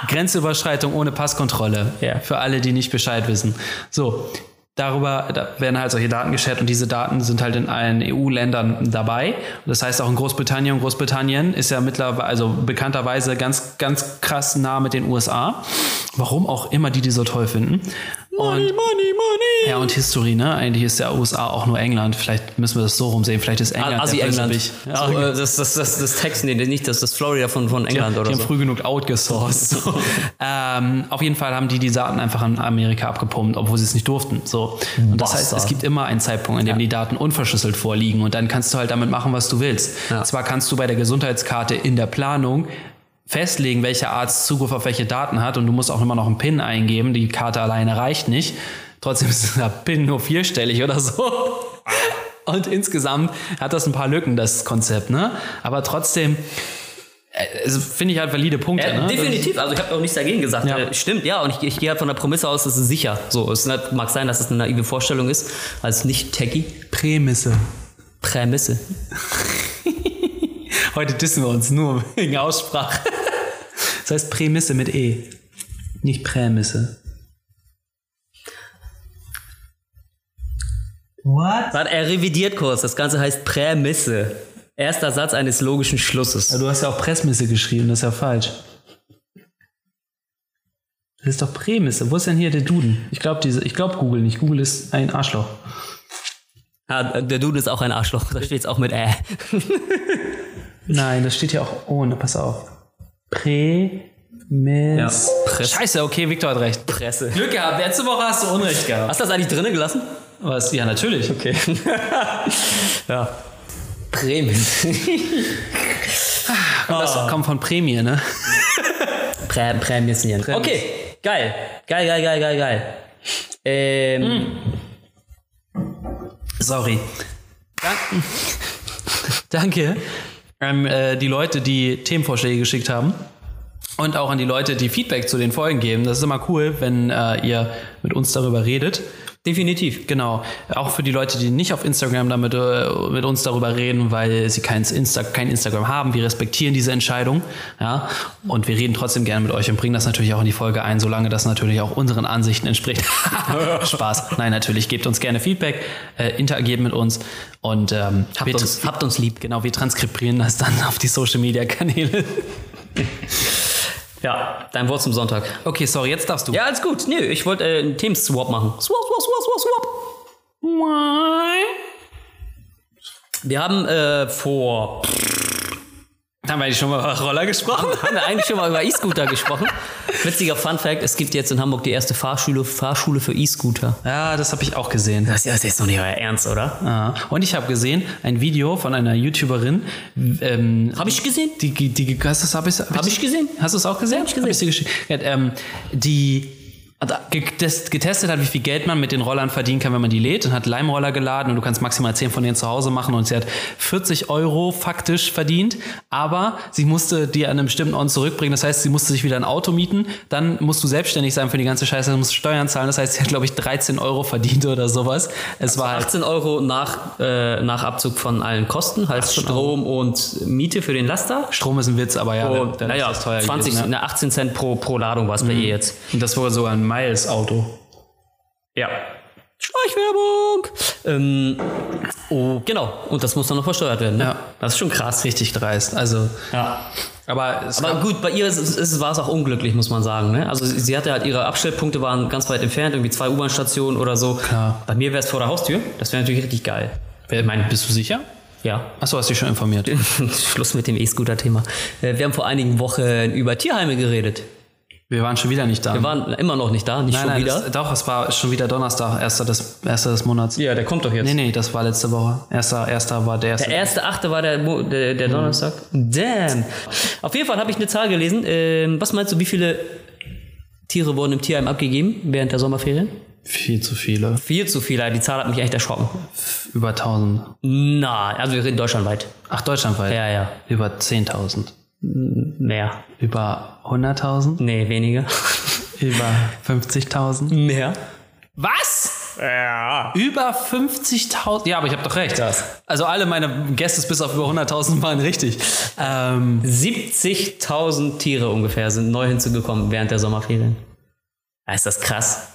Speaker 4: Grenzüberschreitung ohne Passkontrolle.
Speaker 3: Ja.
Speaker 4: Für alle, die nicht Bescheid wissen. So, darüber da werden halt solche Daten geschert und diese Daten sind halt in allen EU-Ländern dabei. Und das heißt auch in Großbritannien. Und Großbritannien ist ja mittlerweile, also bekannterweise ganz, ganz krass nah mit den USA. Warum auch immer die die so toll finden. Und
Speaker 3: money, money.
Speaker 4: Ja, und History, ne? Eigentlich ist ja USA auch nur England. Vielleicht müssen wir das so rumsehen. Vielleicht ist England. der
Speaker 3: Asi-England.
Speaker 4: Flippich.
Speaker 3: So,
Speaker 4: Ja,
Speaker 3: äh, das, das, das, das Texten, nee, nicht das, das Florida von, von
Speaker 4: die
Speaker 3: England
Speaker 4: haben
Speaker 3: oder so.
Speaker 4: früh genug outgesourced. So. ähm, auf jeden Fall haben die die Daten einfach an Amerika abgepumpt, obwohl sie es nicht durften. So. Und das heißt,
Speaker 3: Bastard.
Speaker 4: es gibt immer einen Zeitpunkt, an dem die Daten unverschlüsselt vorliegen und dann kannst du halt damit machen, was du willst.
Speaker 3: Ja.
Speaker 4: Zwar kannst du bei der Gesundheitskarte in der Planung festlegen, welcher Arzt Zugriff auf welche Daten hat und du musst auch immer noch einen PIN eingeben. Die Karte alleine reicht nicht. Trotzdem ist der PIN nur vierstellig oder so. Und insgesamt hat das ein paar Lücken, das Konzept, ne? Aber trotzdem, äh, also finde ich halt valide Punkte,
Speaker 3: Ja,
Speaker 4: ne?
Speaker 3: definitiv, also ich habe auch nichts dagegen gesagt.
Speaker 4: Ja.
Speaker 3: Äh, stimmt, ja, und ich, ich gehe halt von der Prämisse aus, es ist sicher. So, es na- mag sein, dass es eine naive Vorstellung ist, als nicht techie
Speaker 4: Prämisse.
Speaker 3: Prämisse.
Speaker 4: Heute dissen wir uns nur wegen Aussprache. Das heißt Prämisse mit E. Nicht Prämisse. What?
Speaker 3: Warte, er revidiert kurz, das Ganze heißt Prämisse. Erster Satz eines logischen Schlusses.
Speaker 4: Du hast ja auch Pressmisse geschrieben, das ist ja falsch. Das ist doch Prämisse. Wo ist denn hier der Duden? Ich glaube glaub Google nicht. Google ist ein Arschloch.
Speaker 3: Ah, der Dude ist auch ein Arschloch, da steht's auch mit äh.
Speaker 4: Nein, das steht ja auch ohne. Pass auf. Prämiss.
Speaker 3: Ja, Press-
Speaker 4: Scheiße, okay, Victor hat recht.
Speaker 3: Presse.
Speaker 4: Glück gehabt. Letzte Woche hast du Unrecht gehabt.
Speaker 3: Hast du das eigentlich drinnen gelassen?
Speaker 4: Was? Ja, natürlich.
Speaker 3: Okay. ja. Prämie.
Speaker 4: Das kommt von Prämie, ne?
Speaker 3: Prä Prämisieren. Okay, geil. Geil, geil, geil, geil, geil. Ähm,
Speaker 4: Sorry. Danke. Danke an äh, die Leute, die Themenvorschläge geschickt haben. Und auch an die Leute, die Feedback zu den Folgen geben. Das ist immer cool, wenn äh, ihr mit uns darüber redet.
Speaker 3: Definitiv.
Speaker 4: Genau. Auch für die Leute, die nicht auf Instagram damit äh, mit uns darüber reden, weil sie kein, Insta kein Instagram haben. Wir respektieren diese Entscheidung. Ja. Und wir reden trotzdem gerne mit euch und bringen das natürlich auch in die Folge ein, solange das natürlich auch unseren Ansichten entspricht. Spaß. Nein, natürlich. Gebt uns gerne Feedback, äh, interagiert mit uns und ähm,
Speaker 3: Habt
Speaker 4: wir-
Speaker 3: uns, habt uns lieb.
Speaker 4: Genau, wir transkribieren das dann auf die Social Media Kanäle.
Speaker 3: Ja, dein Wort zum Sonntag.
Speaker 4: Okay, sorry, jetzt darfst du.
Speaker 3: Ja, alles gut. Nee, ich wollte äh, einen Themen-Swap machen. Swap, swap, swap, swap, swap. Wir haben äh, vor.
Speaker 4: Haben wir eigentlich schon mal über Roller gesprochen?
Speaker 3: Haben wir eigentlich schon mal über E-Scooter gesprochen? Witziger Fun-Fact: Es gibt jetzt in Hamburg die erste Fahrschule, Fahrschule für E-Scooter.
Speaker 4: Ja, das habe ich auch gesehen.
Speaker 3: Das ist jetzt noch nicht euer Ernst, oder?
Speaker 4: Ah, und ich habe gesehen, ein Video von einer YouTuberin, ähm,
Speaker 3: Hab ich gesehen?
Speaker 4: die, die, die hast du es hab ich's- hab
Speaker 3: Hab
Speaker 4: ich's-
Speaker 3: ich gesehen.
Speaker 4: Hast du es auch gesehen?
Speaker 3: Hab ich gesehen.
Speaker 4: Hab ich's dir geschickt? Ja, ähm, die getest, getestet hat, wie viel Geld man mit den Rollern verdienen kann, wenn man die lädt und hat Leimroller geladen und du kannst maximal 10 von denen zu Hause machen und sie hat 40 Euro faktisch verdient, aber sie musste die an einem bestimmten Ort zurückbringen, das heißt, sie musste sich wieder ein Auto mieten, dann musst du selbstständig sein für die ganze Scheiße, dann musst du Steuern zahlen, das heißt, sie hat glaube ich 13 Euro verdient oder sowas. Es war halt
Speaker 3: 18 Euro nach, äh, nach Abzug von allen Kosten, heißt Strom und Miete für den Laster.
Speaker 4: Strom ist ein Witz, aber ja,
Speaker 3: Oh,
Speaker 4: dann- dann
Speaker 3: naja,
Speaker 4: ist das teuer
Speaker 3: 20,
Speaker 4: gewesen, ja.
Speaker 3: ne, 18 Cent pro, pro Ladung war es bei ihr jetzt.
Speaker 4: Und das war sogar ein Miles-Auto.
Speaker 3: Ja. Schleichwerbung! Ähm, oh, genau. Und das muss dann noch versteuert werden. Ne?
Speaker 4: Ja.
Speaker 3: Das ist schon krass.
Speaker 4: Richtig dreist. Also,
Speaker 3: Ja.
Speaker 4: aber es
Speaker 3: Aber
Speaker 4: gab-
Speaker 3: gut, bei ihr ist, ist, ist, war es auch unglücklich, muss man sagen. Ne? Also sie, sie hatte halt ihre Abstellpunkte waren ganz weit entfernt, irgendwie zwei U-Bahn-Stationen oder so.
Speaker 4: Klar.
Speaker 3: Bei mir wäre es vor der Haustür. Das wäre natürlich richtig geil.
Speaker 4: Wer- mein, bist du sicher?
Speaker 3: Ja.
Speaker 4: Achso, hast dich schon informiert.
Speaker 3: Schluss mit dem E-Scooter-Thema. Äh, Wir haben vor einigen Wochen über Tierheime geredet.
Speaker 4: Wir waren schon wieder nicht da.
Speaker 3: Wir waren immer noch nicht da, nicht
Speaker 4: nein,
Speaker 3: schon
Speaker 4: nein,
Speaker 3: wieder.
Speaker 4: Das, doch, es war schon wieder Donnerstag, erster des, erster des Monats.
Speaker 3: ja, der kommt doch jetzt.
Speaker 4: Nee, nee, das war letzte Woche. Erster, erster war der erste.
Speaker 3: Der erste Achte war der, Mo- der,
Speaker 4: Mhm.
Speaker 3: der Donnerstag. Damn. Auf jeden Fall habe ich eine Zahl gelesen. Ähm, was meinst du, wie viele Tiere wurden im Tierheim abgegeben während der Sommerferien?
Speaker 4: Viel zu viele.
Speaker 3: Viel zu viele. Die Zahl hat mich echt erschrocken.
Speaker 4: Über 1000.
Speaker 3: Na, also wir reden deutschlandweit.
Speaker 4: Ach, deutschlandweit.
Speaker 3: Ja, ja.
Speaker 4: Über 10.000.
Speaker 3: Mehr.
Speaker 4: Über 100.000.
Speaker 3: Nee, weniger.
Speaker 4: Über 50.000.
Speaker 3: Mehr.
Speaker 4: Was? Ja. Über 50.000. Ja, aber ich habe doch recht. Also alle meine Gäste bis auf über 100.000 waren richtig. Ähm,
Speaker 3: 70.000 Tiere ungefähr sind neu hinzugekommen während der Sommerferien. Ah, Ist das krass?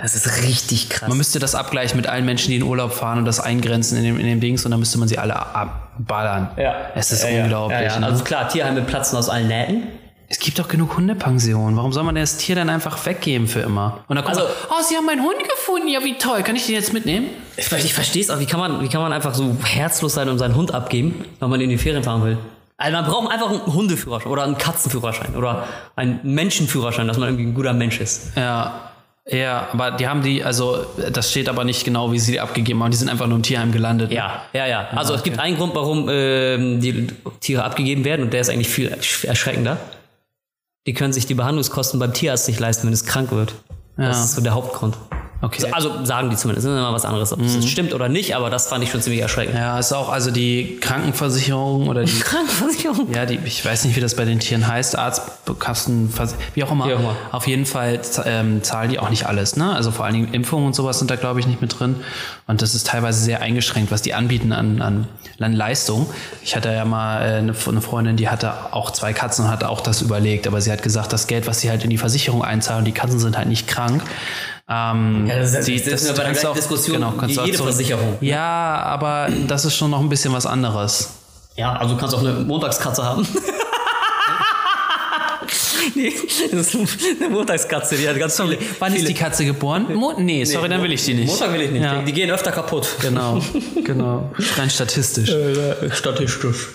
Speaker 3: Das ist richtig krass.
Speaker 4: Man müsste das abgleichen mit allen Menschen, die in Urlaub fahren und das eingrenzen in dem, in dem Dings und dann müsste man sie alle abballern.
Speaker 3: ja.
Speaker 4: Es ist
Speaker 3: Ja, ja.
Speaker 4: unglaublich.
Speaker 3: Ja, ja.
Speaker 4: ne?
Speaker 3: Also klar, Tierheime platzen aus allen Nähten.
Speaker 4: es gibt doch genug Hundepensionen. Warum soll man das Tier dann einfach weggeben für immer? Und dann kommt
Speaker 3: Also-
Speaker 4: man, oh, sie haben meinen Hund gefunden. Ja, wie toll. Kann ich den jetzt mitnehmen?
Speaker 3: Ich, ver- ich verstehe es auch. Wie kann, man, wie kann man einfach so herzlos sein und seinen Hund abgeben, wenn man in die Ferien fahren will? Also man braucht einfach einen Hundeführerschein oder einen Katzenführerschein oder einen Menschenführerschein, dass man irgendwie ein guter Mensch ist.
Speaker 4: Ja. Ja, aber die haben die, also das steht aber nicht genau, wie sie die abgegeben haben. Die sind einfach nur im Tierheim gelandet.
Speaker 3: Ja, ja, ja. Also es gibt einen Grund, warum ähm, die Tiere abgegeben werden und der ist eigentlich viel ersch- erschreckender. Die können sich die Behandlungskosten beim Tierarzt nicht leisten, wenn es krank wird. Das
Speaker 4: Ja.
Speaker 3: ist so der Hauptgrund.
Speaker 4: Okay.
Speaker 3: So, Also sagen die zumindest. Das ist immer was anderes, ob das stimmt oder nicht, aber das fand ich schon ziemlich erschreckend.
Speaker 4: ja, ist auch, also die Krankenversicherung oder die
Speaker 3: Krankenversicherung.
Speaker 4: Ja, die, ich weiß nicht, wie das bei den Tieren heißt, Arztkassen, Vers- wie auch immer.
Speaker 3: Wie auch immer.
Speaker 4: Auf jeden Fall z- ähm, zahlen die auch nicht alles, ne? Also vor allen Dingen Impfungen und sowas sind da, glaube ich, nicht mit drin. Und das ist teilweise sehr eingeschränkt, was die anbieten an, an, an Leistung. Ich hatte ja mal äh, eine, F- eine Freundin, die hatte auch zwei Katzen und hat auch das überlegt, aber sie hat gesagt, das Geld, was sie halt in die Versicherung einzahlen, die Katzen sind halt nicht krank. Ähm,
Speaker 3: Ja, das ist-
Speaker 4: die-
Speaker 3: das ist ja bei der
Speaker 4: kannst du
Speaker 3: gleichen Diskussion
Speaker 4: kannst
Speaker 3: wie
Speaker 4: du auch
Speaker 3: jede
Speaker 4: zurück-
Speaker 3: Versicherung, ne?
Speaker 4: Ja, aber das ist schon noch ein bisschen was anderes.
Speaker 3: Ja, also du kannst auch eine Montagskatze haben. nee, das ist eine Montagskatze, die hat ganz viele.
Speaker 4: Wann ist die Katze geboren? Mo nee, sorry, dann will ich die nicht.
Speaker 3: Montag will ich nicht.
Speaker 4: Ja.
Speaker 3: Die gehen öfter kaputt.
Speaker 4: Genau, genau. Rein statistisch.
Speaker 3: Statistisch.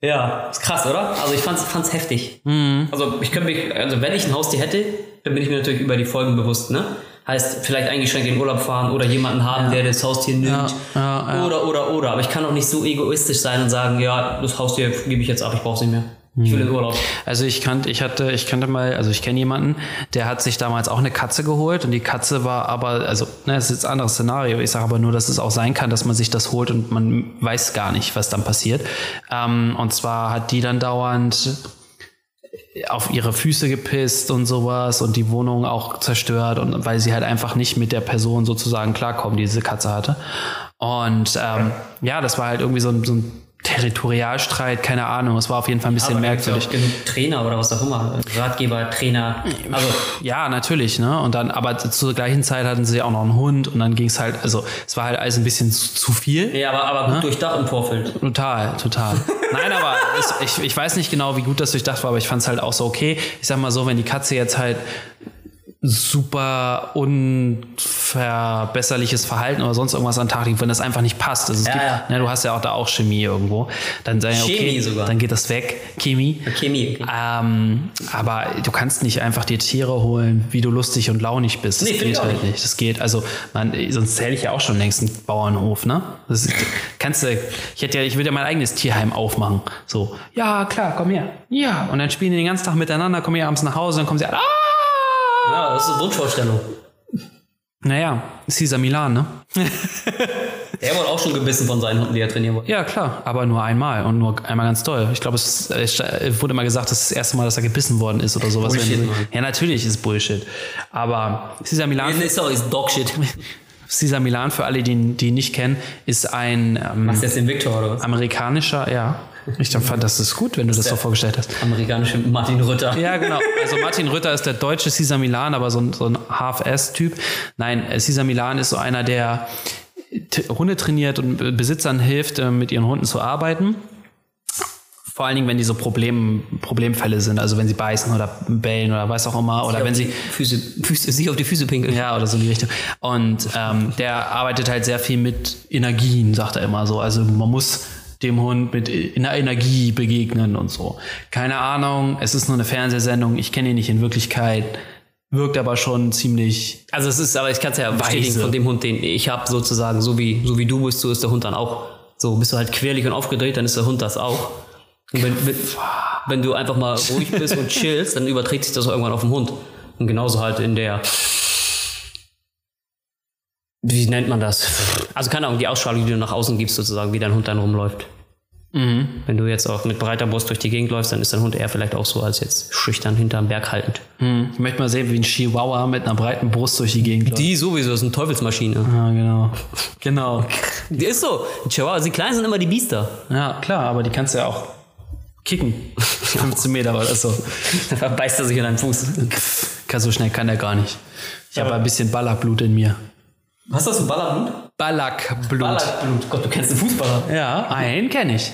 Speaker 3: Ja, ist krass, oder? Also ich fand's, fand's heftig.
Speaker 4: Mhm.
Speaker 3: Also ich könnte mich, also wenn ich ein Haustier hätte, dann bin ich mir natürlich über die Folgen bewusst, ne? Heißt, vielleicht eingeschränkt in den Urlaub fahren oder jemanden haben, der das Haustier nimmt.
Speaker 4: ja,
Speaker 3: Oder, oder, oder. Aber ich kann auch nicht so egoistisch sein und sagen, ja, das Haustier gebe ich jetzt ab, ich brauch's nicht mehr. Ich will in den Urlaub.
Speaker 4: Also ich kannte, ich hatte, ich kannte mal, also ich kenne jemanden, der hat sich damals auch eine Katze geholt und die Katze war aber, also, ne, das ist jetzt ein anderes Szenario. Ich sage aber nur, dass es auch sein kann, dass man sich das holt und man weiß gar nicht, was dann passiert. Ähm, und zwar hat die dann dauernd auf ihre Füße gepisst und sowas und die Wohnung auch zerstört und weil sie halt einfach nicht mit der Person sozusagen klarkommen, die diese Katze hatte. Und ähm, ja, das war halt irgendwie so ein, so ein Territorialstreit, keine Ahnung. Es war auf jeden Fall ein bisschen
Speaker 3: Aber da gibt's ja
Speaker 4: merkwürdig.
Speaker 3: auch genug Trainer oder was auch immer. Ratgeber, Trainer. Also,
Speaker 4: Ja, natürlich, ne? Und dann, aber zur gleichen Zeit hatten sie auch noch einen Hund und dann ging es halt, also es war halt alles ein bisschen zu, zu viel.
Speaker 3: nee, aber, aber gut durchdacht im Vorfeld.
Speaker 4: Total, total. Nein, aber es, ich, ich weiß nicht genau, wie gut das durchdacht war, aber ich fand es halt auch so okay. Ich sag mal so, wenn die Katze jetzt halt super unverbesserliches Verhalten oder sonst irgendwas an den Tag liegt, wenn das einfach nicht passt. Also es
Speaker 3: Ja,
Speaker 4: gibt,
Speaker 3: ja.
Speaker 4: Ne, du hast ja auch da auch Chemie irgendwo. Dann sei okay,
Speaker 3: Chemie sogar.
Speaker 4: dann geht das weg. Chemie.
Speaker 3: Chemie. Okay.
Speaker 4: Ähm, aber du kannst nicht einfach dir Tiere holen, wie du lustig und launig bist. Das
Speaker 3: Nee, find
Speaker 4: geht
Speaker 3: ich auch
Speaker 4: halt nicht. Das geht, also, man, sonst hätte ich ja auch schon längst einen Bauernhof, ne? Das ist, kannst du, ich hätte ja, ich würde ja mein eigenes Tierheim aufmachen. So, ja, klar, komm her. Ja. Und dann spielen die den ganzen Tag miteinander, kommen hier abends nach Hause, dann kommen sie alle, ah!
Speaker 3: Ja, das ist eine Wunschvorstellung.
Speaker 4: Naja, Cesar Milan, ne?
Speaker 3: Der wurde auch schon gebissen von seinen Hunden, die er trainieren wollte.
Speaker 4: Ja, klar, aber nur einmal und nur einmal ganz doll. Ich glaube, es, es wurde immer gesagt, das ist das erste Mal, dass er gebissen worden ist oder sowas.
Speaker 3: Bullshit,
Speaker 4: Wenn-
Speaker 3: Mann.
Speaker 4: ja, natürlich ist Bullshit. Aber Cesar Milan,
Speaker 3: Nee, sorry, ist Dogshit.
Speaker 4: Cesar Milan für alle, die die ihn nicht kennen, ist ein ähm,
Speaker 3: Machst du jetzt den Victor oder was?
Speaker 4: amerikanischer, ja. Ich fand, das ist gut, wenn du das so vorgestellt hast.
Speaker 3: Amerikanische Martin Rütter.
Speaker 4: Ja, genau. Also Martin Rütter ist der deutsche Cesar Milan, aber so ein, so ein Half-S-Typ. Nein, äh, Cesar Milan ist so einer, der t- Hunde trainiert und äh, Besitzern hilft, äh, mit ihren Hunden zu arbeiten. Vor allen Dingen, wenn die so Problem, Problemfälle sind, also wenn sie beißen oder bellen oder was auch immer, oder wenn sie
Speaker 3: Füße, Füße, sich auf die Füße pinkeln.
Speaker 4: ja, oder so in die Richtung. Und ähm, der arbeitet halt sehr viel mit Energien, sagt er immer so. Also man muss dem Hund mit einer Energie begegnen und so. Keine Ahnung, es ist nur eine Fernsehsendung, ich kenne ihn nicht in Wirklichkeit, wirkt aber schon ziemlich.
Speaker 3: Also es ist, aber ich kann es ja bestätigen
Speaker 4: Weise.
Speaker 3: von dem Hund, den ich habe, sozusagen, so wie, so wie du bist, so ist der Hund dann auch. So bist du halt quirlig und aufgedreht, dann ist der Hund das auch. Und wenn, wenn, wenn du einfach mal ruhig bist und chillst, dann überträgt sich das irgendwann auf den Hund. Und genauso halt in der. Wie nennt man das? Also keine Ahnung, die Ausstrahlung, die du nach außen gibst, sozusagen, wie dein Hund dann rumläuft. Wenn du jetzt auch mit breiter Brust durch die Gegend läufst, dann ist dein Hund eher vielleicht auch so als jetzt schüchtern hinterm Berg haltend.
Speaker 4: Hm, ich möchte mal sehen, wie ein Chihuahua mit einer breiten Brust durch die Gegend läuft.
Speaker 3: Die sowieso ist eine Teufelsmaschine.
Speaker 4: Ja, genau. Genau.
Speaker 3: Die ist so. Chihuahua, die Kleinen sind immer die Biester.
Speaker 4: Ja, klar, aber die kannst du ja auch kicken. 15 Meter oder so.
Speaker 3: Dann verbeißt er sich in einen Fuß.
Speaker 4: Kann- So schnell kann er gar nicht. Ich habe ein bisschen Ballackblut in mir.
Speaker 3: Was ist das für Ballerblut?
Speaker 4: Ballackblut.
Speaker 3: Ballerblut. Gott, du kennst den Fußballer.
Speaker 4: Ja, einen kenne ich.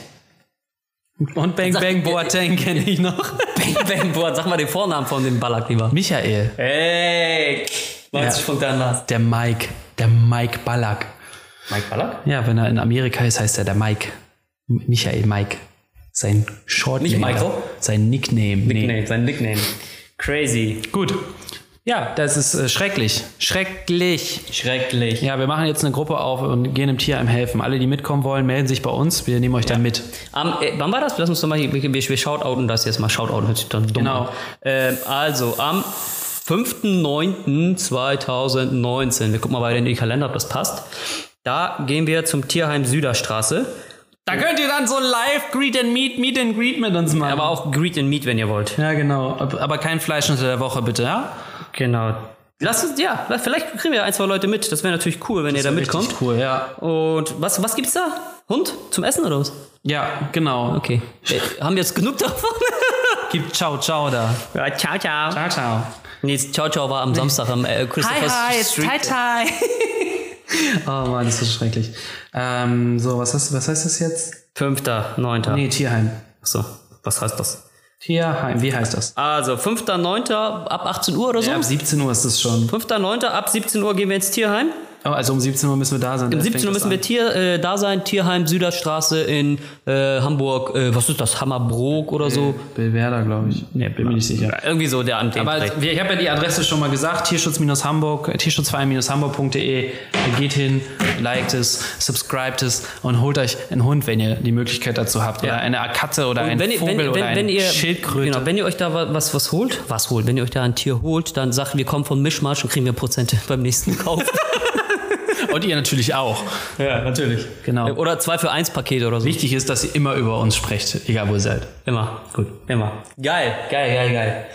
Speaker 4: Und Bang Bang Boateng kenne ich noch.
Speaker 3: Bang, bang, boah, sag mal den Vornamen von dem Ballack lieber.
Speaker 4: Michael,
Speaker 3: Hey! 90 Punkte anders.
Speaker 4: der Mike, der Mike Ballack.
Speaker 3: Mike Ballack?
Speaker 4: Ja, wenn er in Amerika ist, heißt er der Mike. M- Michael Mike. Sein Short
Speaker 3: Nicht Michael?
Speaker 4: Sein Nickname. Nee.
Speaker 3: Nickname, sein Nickname. Crazy.
Speaker 4: Gut. Ja, das ist äh, schrecklich. Schrecklich.
Speaker 3: Schrecklich.
Speaker 4: Ja, wir machen jetzt eine Gruppe auf und gehen dem Tier einem helfen. Alle, die mitkommen wollen, melden sich bei uns. Wir nehmen euch dann mit.
Speaker 3: Am, äh, wann war das? Lass uns doch mal, hier- wir, wir, wir shoutouten das jetzt mal. Shoutouten hört sich dann dumm
Speaker 4: Genau.
Speaker 3: an. Ähm, also, am 5.9.2019, wir gucken mal weiter in den Kalender, ob das passt. Da gehen wir zum Tierheim Süderstraße.
Speaker 4: Da könnt ihr dann so live Greet and Meet, Meet and Greet mit uns machen.
Speaker 3: Aber auch Greet and Meet, wenn ihr wollt.
Speaker 4: ja, genau. Ab- Aber kein Fleisch unter der Woche, bitte, ja?
Speaker 3: Genau. Lass uns, ja, vielleicht kriegen wir ein, zwei Leute mit. Das wäre natürlich cool, wenn ihr da mitkommt.
Speaker 4: Richtig cool, ja.
Speaker 3: Und was, was gibt's da? Hund? Zum Essen oder was?
Speaker 4: Ja, genau.
Speaker 3: Okay. Äh, haben wir jetzt genug davon?
Speaker 4: Gib Ciao Ciao da.
Speaker 3: ja, ciao, ciao.
Speaker 4: Ciao Ciao.
Speaker 3: Nee, Ciao Ciao war am Samstag am äh, Christopher's Street.
Speaker 4: Tai. oh Mann, das ist so schrecklich. Ähm, so, was, hast, was heißt das jetzt?
Speaker 3: Fünfter, neunter.
Speaker 4: Nee, Tierheim.
Speaker 3: So, was heißt das?
Speaker 4: Tierheim, wie heißt das?
Speaker 3: Also, fünfter, neunter, ab 18 Uhr oder so.
Speaker 4: Ja, ab 17 Uhr ist es schon.
Speaker 3: Fünfter, neunter, ab 17 Uhr gehen wir ins Tierheim.
Speaker 4: Oh, also um 17 Uhr müssen wir da sein.
Speaker 3: Um 17 Uhr müssen wir Tier, äh, da sein. Tierheim Süderstraße in äh, Hamburg. Äh, was ist das? Hammerbrook oder so?
Speaker 4: Äh, Bewerder, glaube ich. Nee, bin mir nicht sicher.
Speaker 3: Irgendwie so der Anteil.
Speaker 4: Aber wir, ich habe ja die Adresse schon mal gesagt, Tierschutz-Hamburg, äh, Tierschutzverein-hamburg.de. Geht hin, liked es, subscribt es und holt euch einen Hund, wenn ihr die Möglichkeit dazu habt. Oder eine Katze oder einen
Speaker 3: wenn, ihr- wenn,
Speaker 4: Vogel
Speaker 3: wenn,
Speaker 4: oder
Speaker 3: wenn
Speaker 4: eine
Speaker 3: ihr,
Speaker 4: Schildkröte.
Speaker 3: Genau, wenn ihr euch da wa- was, was holt, was holt, wenn ihr euch da ein Tier holt, dann sagt, wir kommen von Mischmasch und kriegen wir Prozente beim nächsten Kauf.
Speaker 4: Und ihr natürlich auch.
Speaker 3: ja, natürlich.
Speaker 4: Genau.
Speaker 3: Oder 2 für 1 Pakete oder so.
Speaker 4: Wichtig ist, dass ihr immer über uns sprecht, egal wo ihr seid.
Speaker 3: Immer. Gut. Immer. Geil, geil, geil, geil.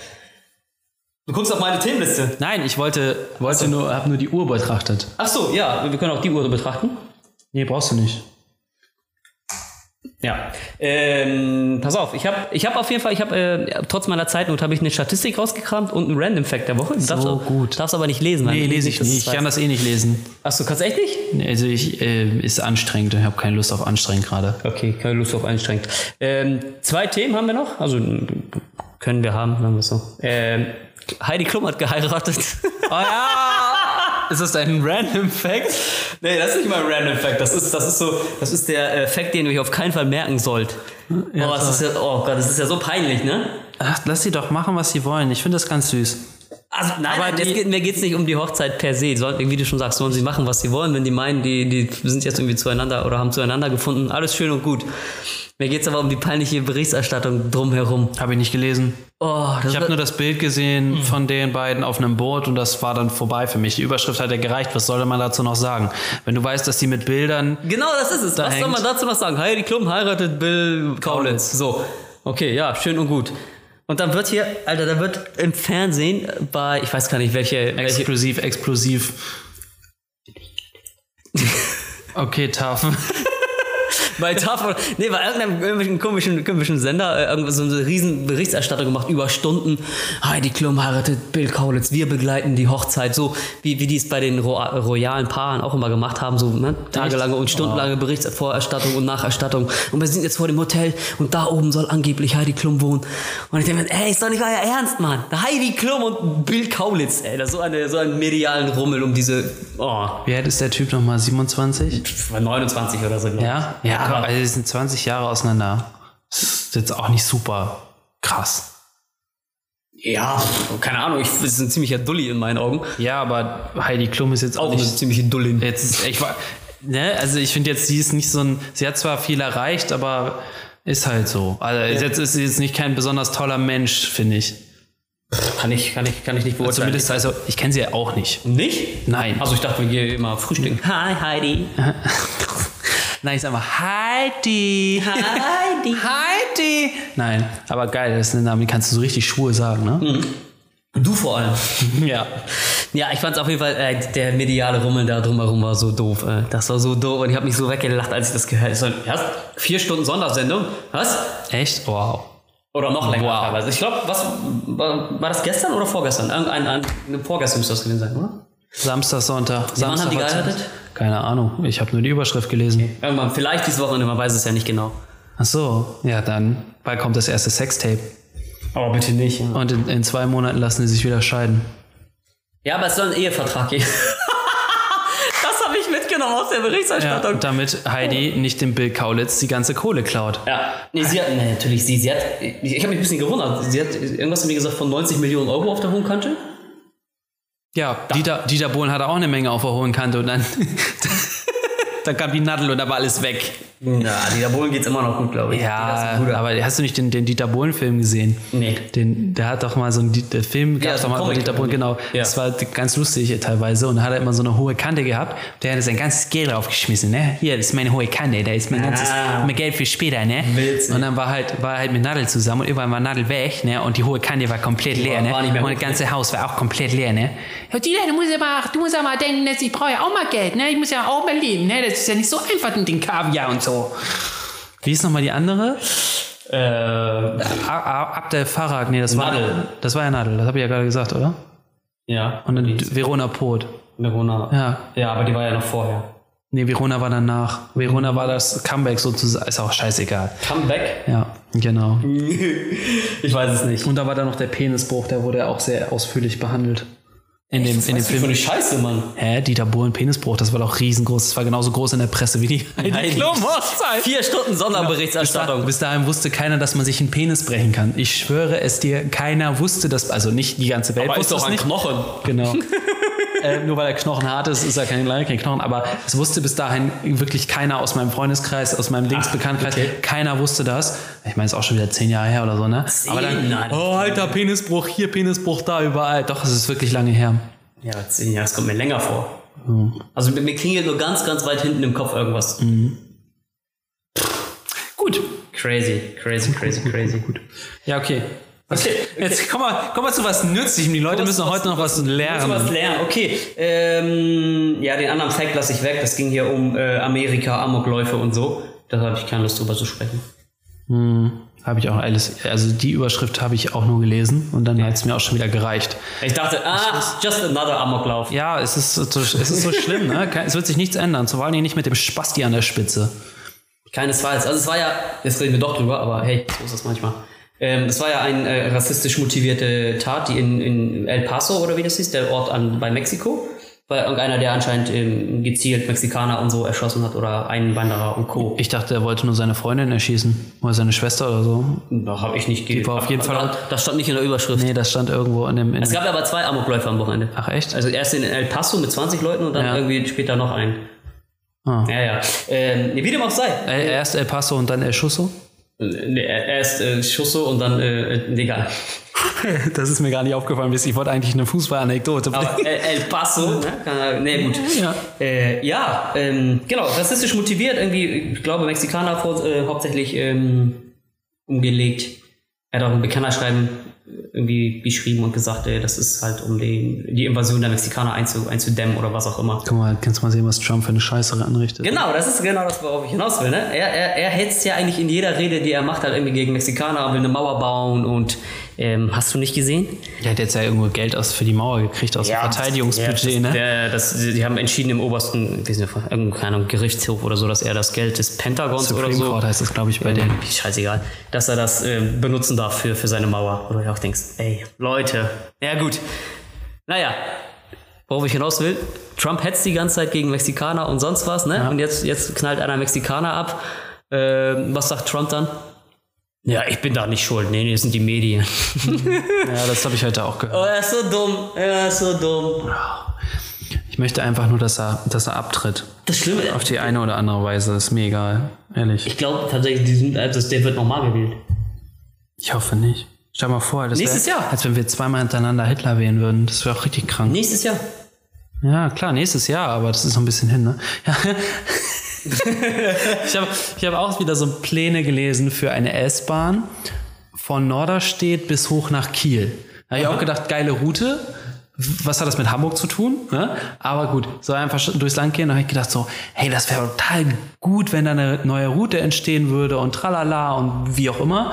Speaker 3: Du guckst auf meine Themenliste.
Speaker 4: Nein, ich wollte, wollte nur, habe nur die Uhr betrachtet.
Speaker 3: Ach so, ja, wir können auch die Uhr betrachten.
Speaker 4: Nee, brauchst du nicht.
Speaker 3: Ja. Ähm, pass auf, ich habe ich hab auf jeden Fall, ich habe äh, trotz meiner Zeitnot habe ich eine Statistik rausgekramt und einen Random Fact der Woche. Du darfst, auch-
Speaker 4: gut.
Speaker 3: Darfst aber nicht lesen. weil
Speaker 4: Nee,
Speaker 3: du
Speaker 4: lese ich
Speaker 3: das
Speaker 4: nicht. Ich
Speaker 3: weißt.
Speaker 4: kann das eh nicht lesen.
Speaker 3: Ach so, kannst du echt nicht?
Speaker 4: Nee, Also ich äh, ist anstrengend. Ich habe keine Lust auf anstrengend gerade.
Speaker 3: Okay, keine Lust auf anstrengend. Ähm, zwei Themen haben wir noch. Also m, können wir haben, sagen wir es so. Ähm, Heidi Klum hat geheiratet.
Speaker 4: Oh ja! Ist das ein Random Fact?
Speaker 3: nee, das ist nicht mal ein Random Fact. Das ist, das ist so, das ist der äh, Fact, den ihr euch auf keinen Fall merken sollt. oh, das ist ja, oh Gott, das ist ja so peinlich, ne?
Speaker 4: Ach, lass sie doch machen, was sie wollen. Ich finde das ganz süß.
Speaker 3: Also nein,
Speaker 4: Aber
Speaker 3: nein es
Speaker 4: die-
Speaker 3: geht, mir geht's nicht um die Hochzeit per se. Sollten, wie du schon sagst, sollen sie machen, was sie wollen. Wenn die meinen, die, die sind jetzt irgendwie zueinander oder haben zueinander gefunden, alles schön und gut. Mir geht's aber um die peinliche Berichterstattung drumherum.
Speaker 4: Habe ich nicht gelesen.
Speaker 3: Oh, das
Speaker 4: Ich habe nur das Bild gesehen von den beiden auf einem Boot und das war dann vorbei für mich. Die Überschrift hat ja gereicht. Was sollte man dazu noch sagen? Wenn du weißt, dass die mit Bildern
Speaker 3: Genau, das ist es. was soll man dazu noch sagen? Heidi Klum heiratet Bill Kaulitz. So. Okay, ja, schön und gut. Und dann wird hier, Alter, da wird im Fernsehen bei, ich weiß gar nicht, welche, welche
Speaker 4: explosiv, explosiv. Okay, tough.
Speaker 3: bei Tafel, nee, bei irgendeinem irgendwelchen komischen, komischen Sender, äh, irgendwie so eine riesen Berichterstattung gemacht über Stunden. Heidi Klum heiratet Bill Kaulitz, wir begleiten die Hochzeit, so wie, wie die es bei den ro royalen Paaren auch immer gemacht haben, so ne? tagelange und stundenlange Berichtsvorerstattung und Nacherstattung. Und wir sind jetzt vor dem Hotel und da oben soll angeblich Heidi Klum wohnen. Und ich denke mir, ey, ist doch nicht euer Ernst, Mann. Heidi Klum und Bill Kaulitz, ey, das ist so, eine, so ein medialen Rummel um diese, oh,
Speaker 4: Wie alt ist der Typ nochmal? 27?
Speaker 3: 29 oder so, glaub ich.
Speaker 4: Ja? Ja,
Speaker 3: aber-
Speaker 4: also die sind 20 Jahre auseinander. Das ist jetzt auch nicht super krass.
Speaker 3: Ja, keine Ahnung, ich, das ist ein ziemlicher Dulli in meinen Augen.
Speaker 4: Ja, aber Heidi Klum ist jetzt auch,
Speaker 3: Auch eine
Speaker 4: nicht
Speaker 3: ziemliche Dullin.
Speaker 4: Jetzt, ich war, ne, also ich finde jetzt, sie ist nicht so ein, sie hat zwar viel erreicht, aber ist halt so. Also jetzt ist sie jetzt nicht kein besonders toller Mensch, finde ich. Also
Speaker 3: Kann ich, kann ich, kann ich nicht beurteilen.
Speaker 4: Zumindest, also ich kenne sie ja auch nicht.
Speaker 3: nicht?
Speaker 4: Nein.
Speaker 3: Also ich dachte, wir gehen immer frühstücken. Hi Heidi.
Speaker 4: Nein, ich sag mal Heidi.
Speaker 3: Heidi.
Speaker 4: Heidi. Nein, aber geil, das ist ein Name, den kannst du so richtig schwul sagen, ne?
Speaker 3: Du vor allem.
Speaker 4: Ja.
Speaker 3: Mhm. Ja, ich fand's auf jeden Fall, äh, der mediale Rummel da drumherum war so doof. Äh. Das war so doof und ich habe mich so weggelacht, als ich das gehört habe. Ich so, Was? Vier Stunden Sondersendung? Was?
Speaker 4: Echt? Wow.
Speaker 3: Oder noch länger
Speaker 4: Wow.
Speaker 3: teilweise. Ich glaube, was war, war das gestern oder vorgestern? Irgendein, ein, ein, vorgestern müsste das gewesen sein, oder?
Speaker 4: Samstag, Sonntag.
Speaker 3: wann haben
Speaker 4: Samstag
Speaker 3: die
Speaker 4: war zu-
Speaker 3: geheiratet?
Speaker 4: Keine Ahnung. Ich habe nur die Überschrift gelesen.
Speaker 3: Irgendwann, vielleicht dieses Wochenende, man weiß es ja nicht genau.
Speaker 4: Ach so. Ja, dann. Bald kommt das erste Sextape.
Speaker 3: Aber bitte nicht. Ja.
Speaker 4: Und in, in zwei Monaten lassen sie sich wieder scheiden.
Speaker 3: Ja, aber es soll ein Ehevertrag geben. das habe ich mitgenommen aus der
Speaker 4: Ja,
Speaker 3: Berichterstattung. Ja,
Speaker 4: damit Heidi
Speaker 3: Oh.
Speaker 4: nicht dem Bill Kaulitz die ganze Kohle klaut.
Speaker 3: nee, sie hat, nee, natürlich, sie, sie hat, ich, ich habe mich ein bisschen gewundert. Sie hat irgendwas zu mir gesagt von 90 Millionen Euro auf der hohen Kante.
Speaker 4: Ja, Dieter, Dieter Bohlen hatte auch eine Menge auf der hohen Kante und dann, dann kam die Nadel und da war alles weg.
Speaker 3: Na, die da Bohlen geht's immer noch gut, glaube ich.
Speaker 4: Ja, aber hast du nicht den, den Dieter Bohlen-Film gesehen?
Speaker 3: Nee.
Speaker 4: Den, der hat doch mal so einen Di- der Film, gab
Speaker 3: Ja,
Speaker 4: es
Speaker 3: so
Speaker 4: doch
Speaker 3: ein
Speaker 4: mal über
Speaker 3: Comic,
Speaker 4: Dieter Bohlen, genau.
Speaker 3: Ja.
Speaker 4: Das war ganz lustig teilweise und da hat er immer so eine hohe Kante gehabt. Der hat sein ganzes Geld draufgeschmissen, ne? Hier, das ist meine hohe Kante, da ist mein ganzes
Speaker 3: Ah.
Speaker 4: mein Geld für später, ne?
Speaker 3: Witzig.
Speaker 4: Und dann war halt, war halt mit Nadel zusammen und irgendwann war Nadel weg, ne? Und die hohe Kante war komplett leer, ne?
Speaker 3: war nicht mehr
Speaker 4: und das
Speaker 3: hoch.
Speaker 4: ganze Haus war auch komplett leer, ne?
Speaker 2: Ja, Dylan, du musst aber, du musst aber denken, dass ich brauche ja auch mal Geld, ne? Ich muss ja auch mal leben, ne? Das ist ja nicht so einfach mit den Kaviar und so.
Speaker 4: Wie ist nochmal die andere?
Speaker 3: Äh,
Speaker 4: A- A- Abdel Farag, nee, das war
Speaker 3: Nadel.
Speaker 4: Das war ja Nadel, das habe ich ja gerade gesagt, oder?
Speaker 3: ja,
Speaker 4: Und dann Verona Poth.
Speaker 3: Verona.
Speaker 4: Ja.
Speaker 3: ja, aber die war ja noch vorher.
Speaker 4: Nee, Verona war danach. Verona war das Comeback sozusagen. Ist auch scheißegal.
Speaker 3: Comeback?
Speaker 4: Ja, genau.
Speaker 3: ich weiß es nicht.
Speaker 4: Und da war dann noch der Penisbruch, der wurde auch sehr ausführlich behandelt. In dem, in dem
Speaker 3: Was ist das für
Speaker 4: Film.
Speaker 3: eine Scheiße, Mann?
Speaker 4: Hä, Dieter Bohlen Penisbruch, das war doch riesengroß. Das war genauso groß in der Presse wie die
Speaker 3: Heidi. Vier Stunden Sonderberichterstattung.
Speaker 4: Bis dahin wusste keiner, dass man sich einen Penis brechen kann. Ich schwöre es dir, keiner wusste das. Also nicht die ganze Welt
Speaker 3: Aber ist
Speaker 4: wusste
Speaker 3: doch
Speaker 4: es
Speaker 3: ein
Speaker 4: nicht.
Speaker 3: Knochen.
Speaker 4: Genau. äh, nur weil er Knochen hart ist, ist er kein, leider kein Knochen. Aber es wusste bis dahin wirklich keiner aus meinem Freundeskreis, aus meinem Linksbekanntkreis.
Speaker 3: okay.
Speaker 4: Keiner wusste das. Ich meine, es ist auch schon wieder zehn Jahre her oder so, ne? Aber dann,
Speaker 3: Nein.
Speaker 4: oh, alter Penisbruch, hier Penisbruch, da, überall. Doch, es ist wirklich lange her.
Speaker 3: Ja, zehn Jahre, das kommt mir länger vor. Also mir, mir klingelt nur ganz, ganz weit hinten im Kopf irgendwas.
Speaker 4: Gut.
Speaker 3: Crazy, crazy, crazy, crazy. Gut.
Speaker 4: Ja, okay.
Speaker 3: Okay,
Speaker 4: Jetzt komm mal, komm mal zu was Nützlichem. Die Leute
Speaker 3: Was-
Speaker 4: müssen
Speaker 3: was-
Speaker 4: heute noch was
Speaker 3: Muss was
Speaker 4: lernen.
Speaker 3: lernen. Okay, ähm, ja, den anderen Fact lasse ich weg. Das ging hier um äh, Amerika, Amokläufe und so. Da habe ich keine Lust drüber zu sprechen.
Speaker 4: Habe ich auch alles. Also die Überschrift habe ich auch nur gelesen und dann hat es mir auch schon wieder gereicht.
Speaker 3: Ich dachte, ah, just another Amoklauf.
Speaker 4: Ja, es ist, so- es ist so schlimm, ne? Kein- Es wird sich nichts ändern. Vor allem nicht mit dem Spasti an der Spitze.
Speaker 3: Keinesfalls. Also es war ja, jetzt reden wir doch drüber, aber hey, so ist das manchmal. Ähm, es war ja eine äh, rassistisch motivierte Tat, die in, in El Paso oder wie das hieß, der Ort an, bei Mexiko, Weil irgendeiner, der anscheinend ähm, gezielt Mexikaner und so erschossen hat oder Einwanderer und Co.
Speaker 4: Ich dachte, er wollte nur seine Freundin erschießen. Oder seine Schwester oder so.
Speaker 3: Da habe ich nicht
Speaker 4: war auf jeden Fall-
Speaker 3: Das stand nicht in der Überschrift.
Speaker 4: Nee, das stand irgendwo in dem. In
Speaker 3: Es gab aber zwei Amokläufer am Wochenende.
Speaker 4: Ach, echt?
Speaker 3: Also erst in El Paso mit 20 Leuten und dann
Speaker 4: Ja.
Speaker 3: irgendwie später noch einen.
Speaker 4: Ah.
Speaker 3: Ja, ja. Ähm, nee, wie dem auch sei.
Speaker 4: Äh, Erst El Paso und dann El Schusso?
Speaker 3: Nee, erst äh, Schusso und dann, äh, äh, egal.
Speaker 4: Das ist mir gar nicht aufgefallen. Ich wollte eigentlich eine Fußballanekdote.
Speaker 3: Aber El, El Paso, ne? Kann er- Nee, gut.
Speaker 4: Ja.
Speaker 3: Äh, ja, ähm, genau, rassistisch motiviert, irgendwie, ich glaube, Mexikaner vor, äh, hauptsächlich ähm, umgelegt. Er hat auch ein Bekennerschreiben äh, irgendwie geschrieben und gesagt, äh, das ist halt, um den, die Invasion der Mexikaner einzu, einzudämmen oder was auch immer.
Speaker 4: Guck mal, kannst du mal sehen, was Trump für eine Scheiße anrichtet.
Speaker 3: Genau, das ist genau das, worauf ich hinaus will. Ne? Er, er, er hetzt ja eigentlich in jeder Rede, die er macht, halt irgendwie gegen Mexikaner, will eine Mauer bauen und ähm, hast du nicht gesehen?
Speaker 4: Der hat jetzt ja irgendwo Geld aus für die Mauer gekriegt, aus dem Verteidigungsbudget,
Speaker 3: ja, das,
Speaker 4: ne?
Speaker 3: Der, das, die haben entschieden im obersten, ich weiß nicht, irgendein, keine Ahnung, Gerichtshof oder so, dass er das Geld des Pentagons oder
Speaker 4: Supreme
Speaker 3: so.
Speaker 4: Court heißt das, glaube ich, bei
Speaker 3: Ähm,
Speaker 4: denen.
Speaker 3: Scheißegal, dass er das ähm, benutzen darf für, für seine Mauer. Oder du auch denkst, ey, Leute. Ja, gut. Naja, worauf ich hinaus will, Trump hetzt die ganze Zeit gegen Mexikaner und sonst was, ne? Und jetzt, jetzt knallt einer Mexikaner ab. Ähm, was sagt Trump dann? Ja, ich bin da nicht schuld. Nee, nee, das sind die Medien.
Speaker 4: Ja, das habe ich heute auch gehört.
Speaker 3: Oh, er ist so dumm. Er ist so dumm.
Speaker 4: Ich möchte einfach nur, dass er, dass er abtritt.
Speaker 3: Das Schlimme
Speaker 4: Auf die eine oder andere Weise. Ist mir egal. Ehrlich.
Speaker 3: Ich glaube tatsächlich, die sind, also der wird nochmal gewählt.
Speaker 4: Ich hoffe nicht. Stell mal vor, das
Speaker 3: Nächstes Jahr.
Speaker 4: Als wenn wir zweimal hintereinander Hitler wählen würden. Das wäre auch richtig krank.
Speaker 3: Nächstes Jahr.
Speaker 4: Ja, klar, nächstes Jahr, aber das ist noch ein bisschen hin, ne? Ja. ich habe ich hab auch wieder so Pläne gelesen für eine S-Bahn von Norderstedt bis hoch nach Kiel. Da habe ich auch gedacht, geile Route. Was hat das mit Hamburg zu tun? Ne? Aber gut, so einfach sch- durchs Land gehen. Da habe ich gedacht so, hey, das wäre total gut, wenn da eine neue Route entstehen würde und tralala und wie auch immer.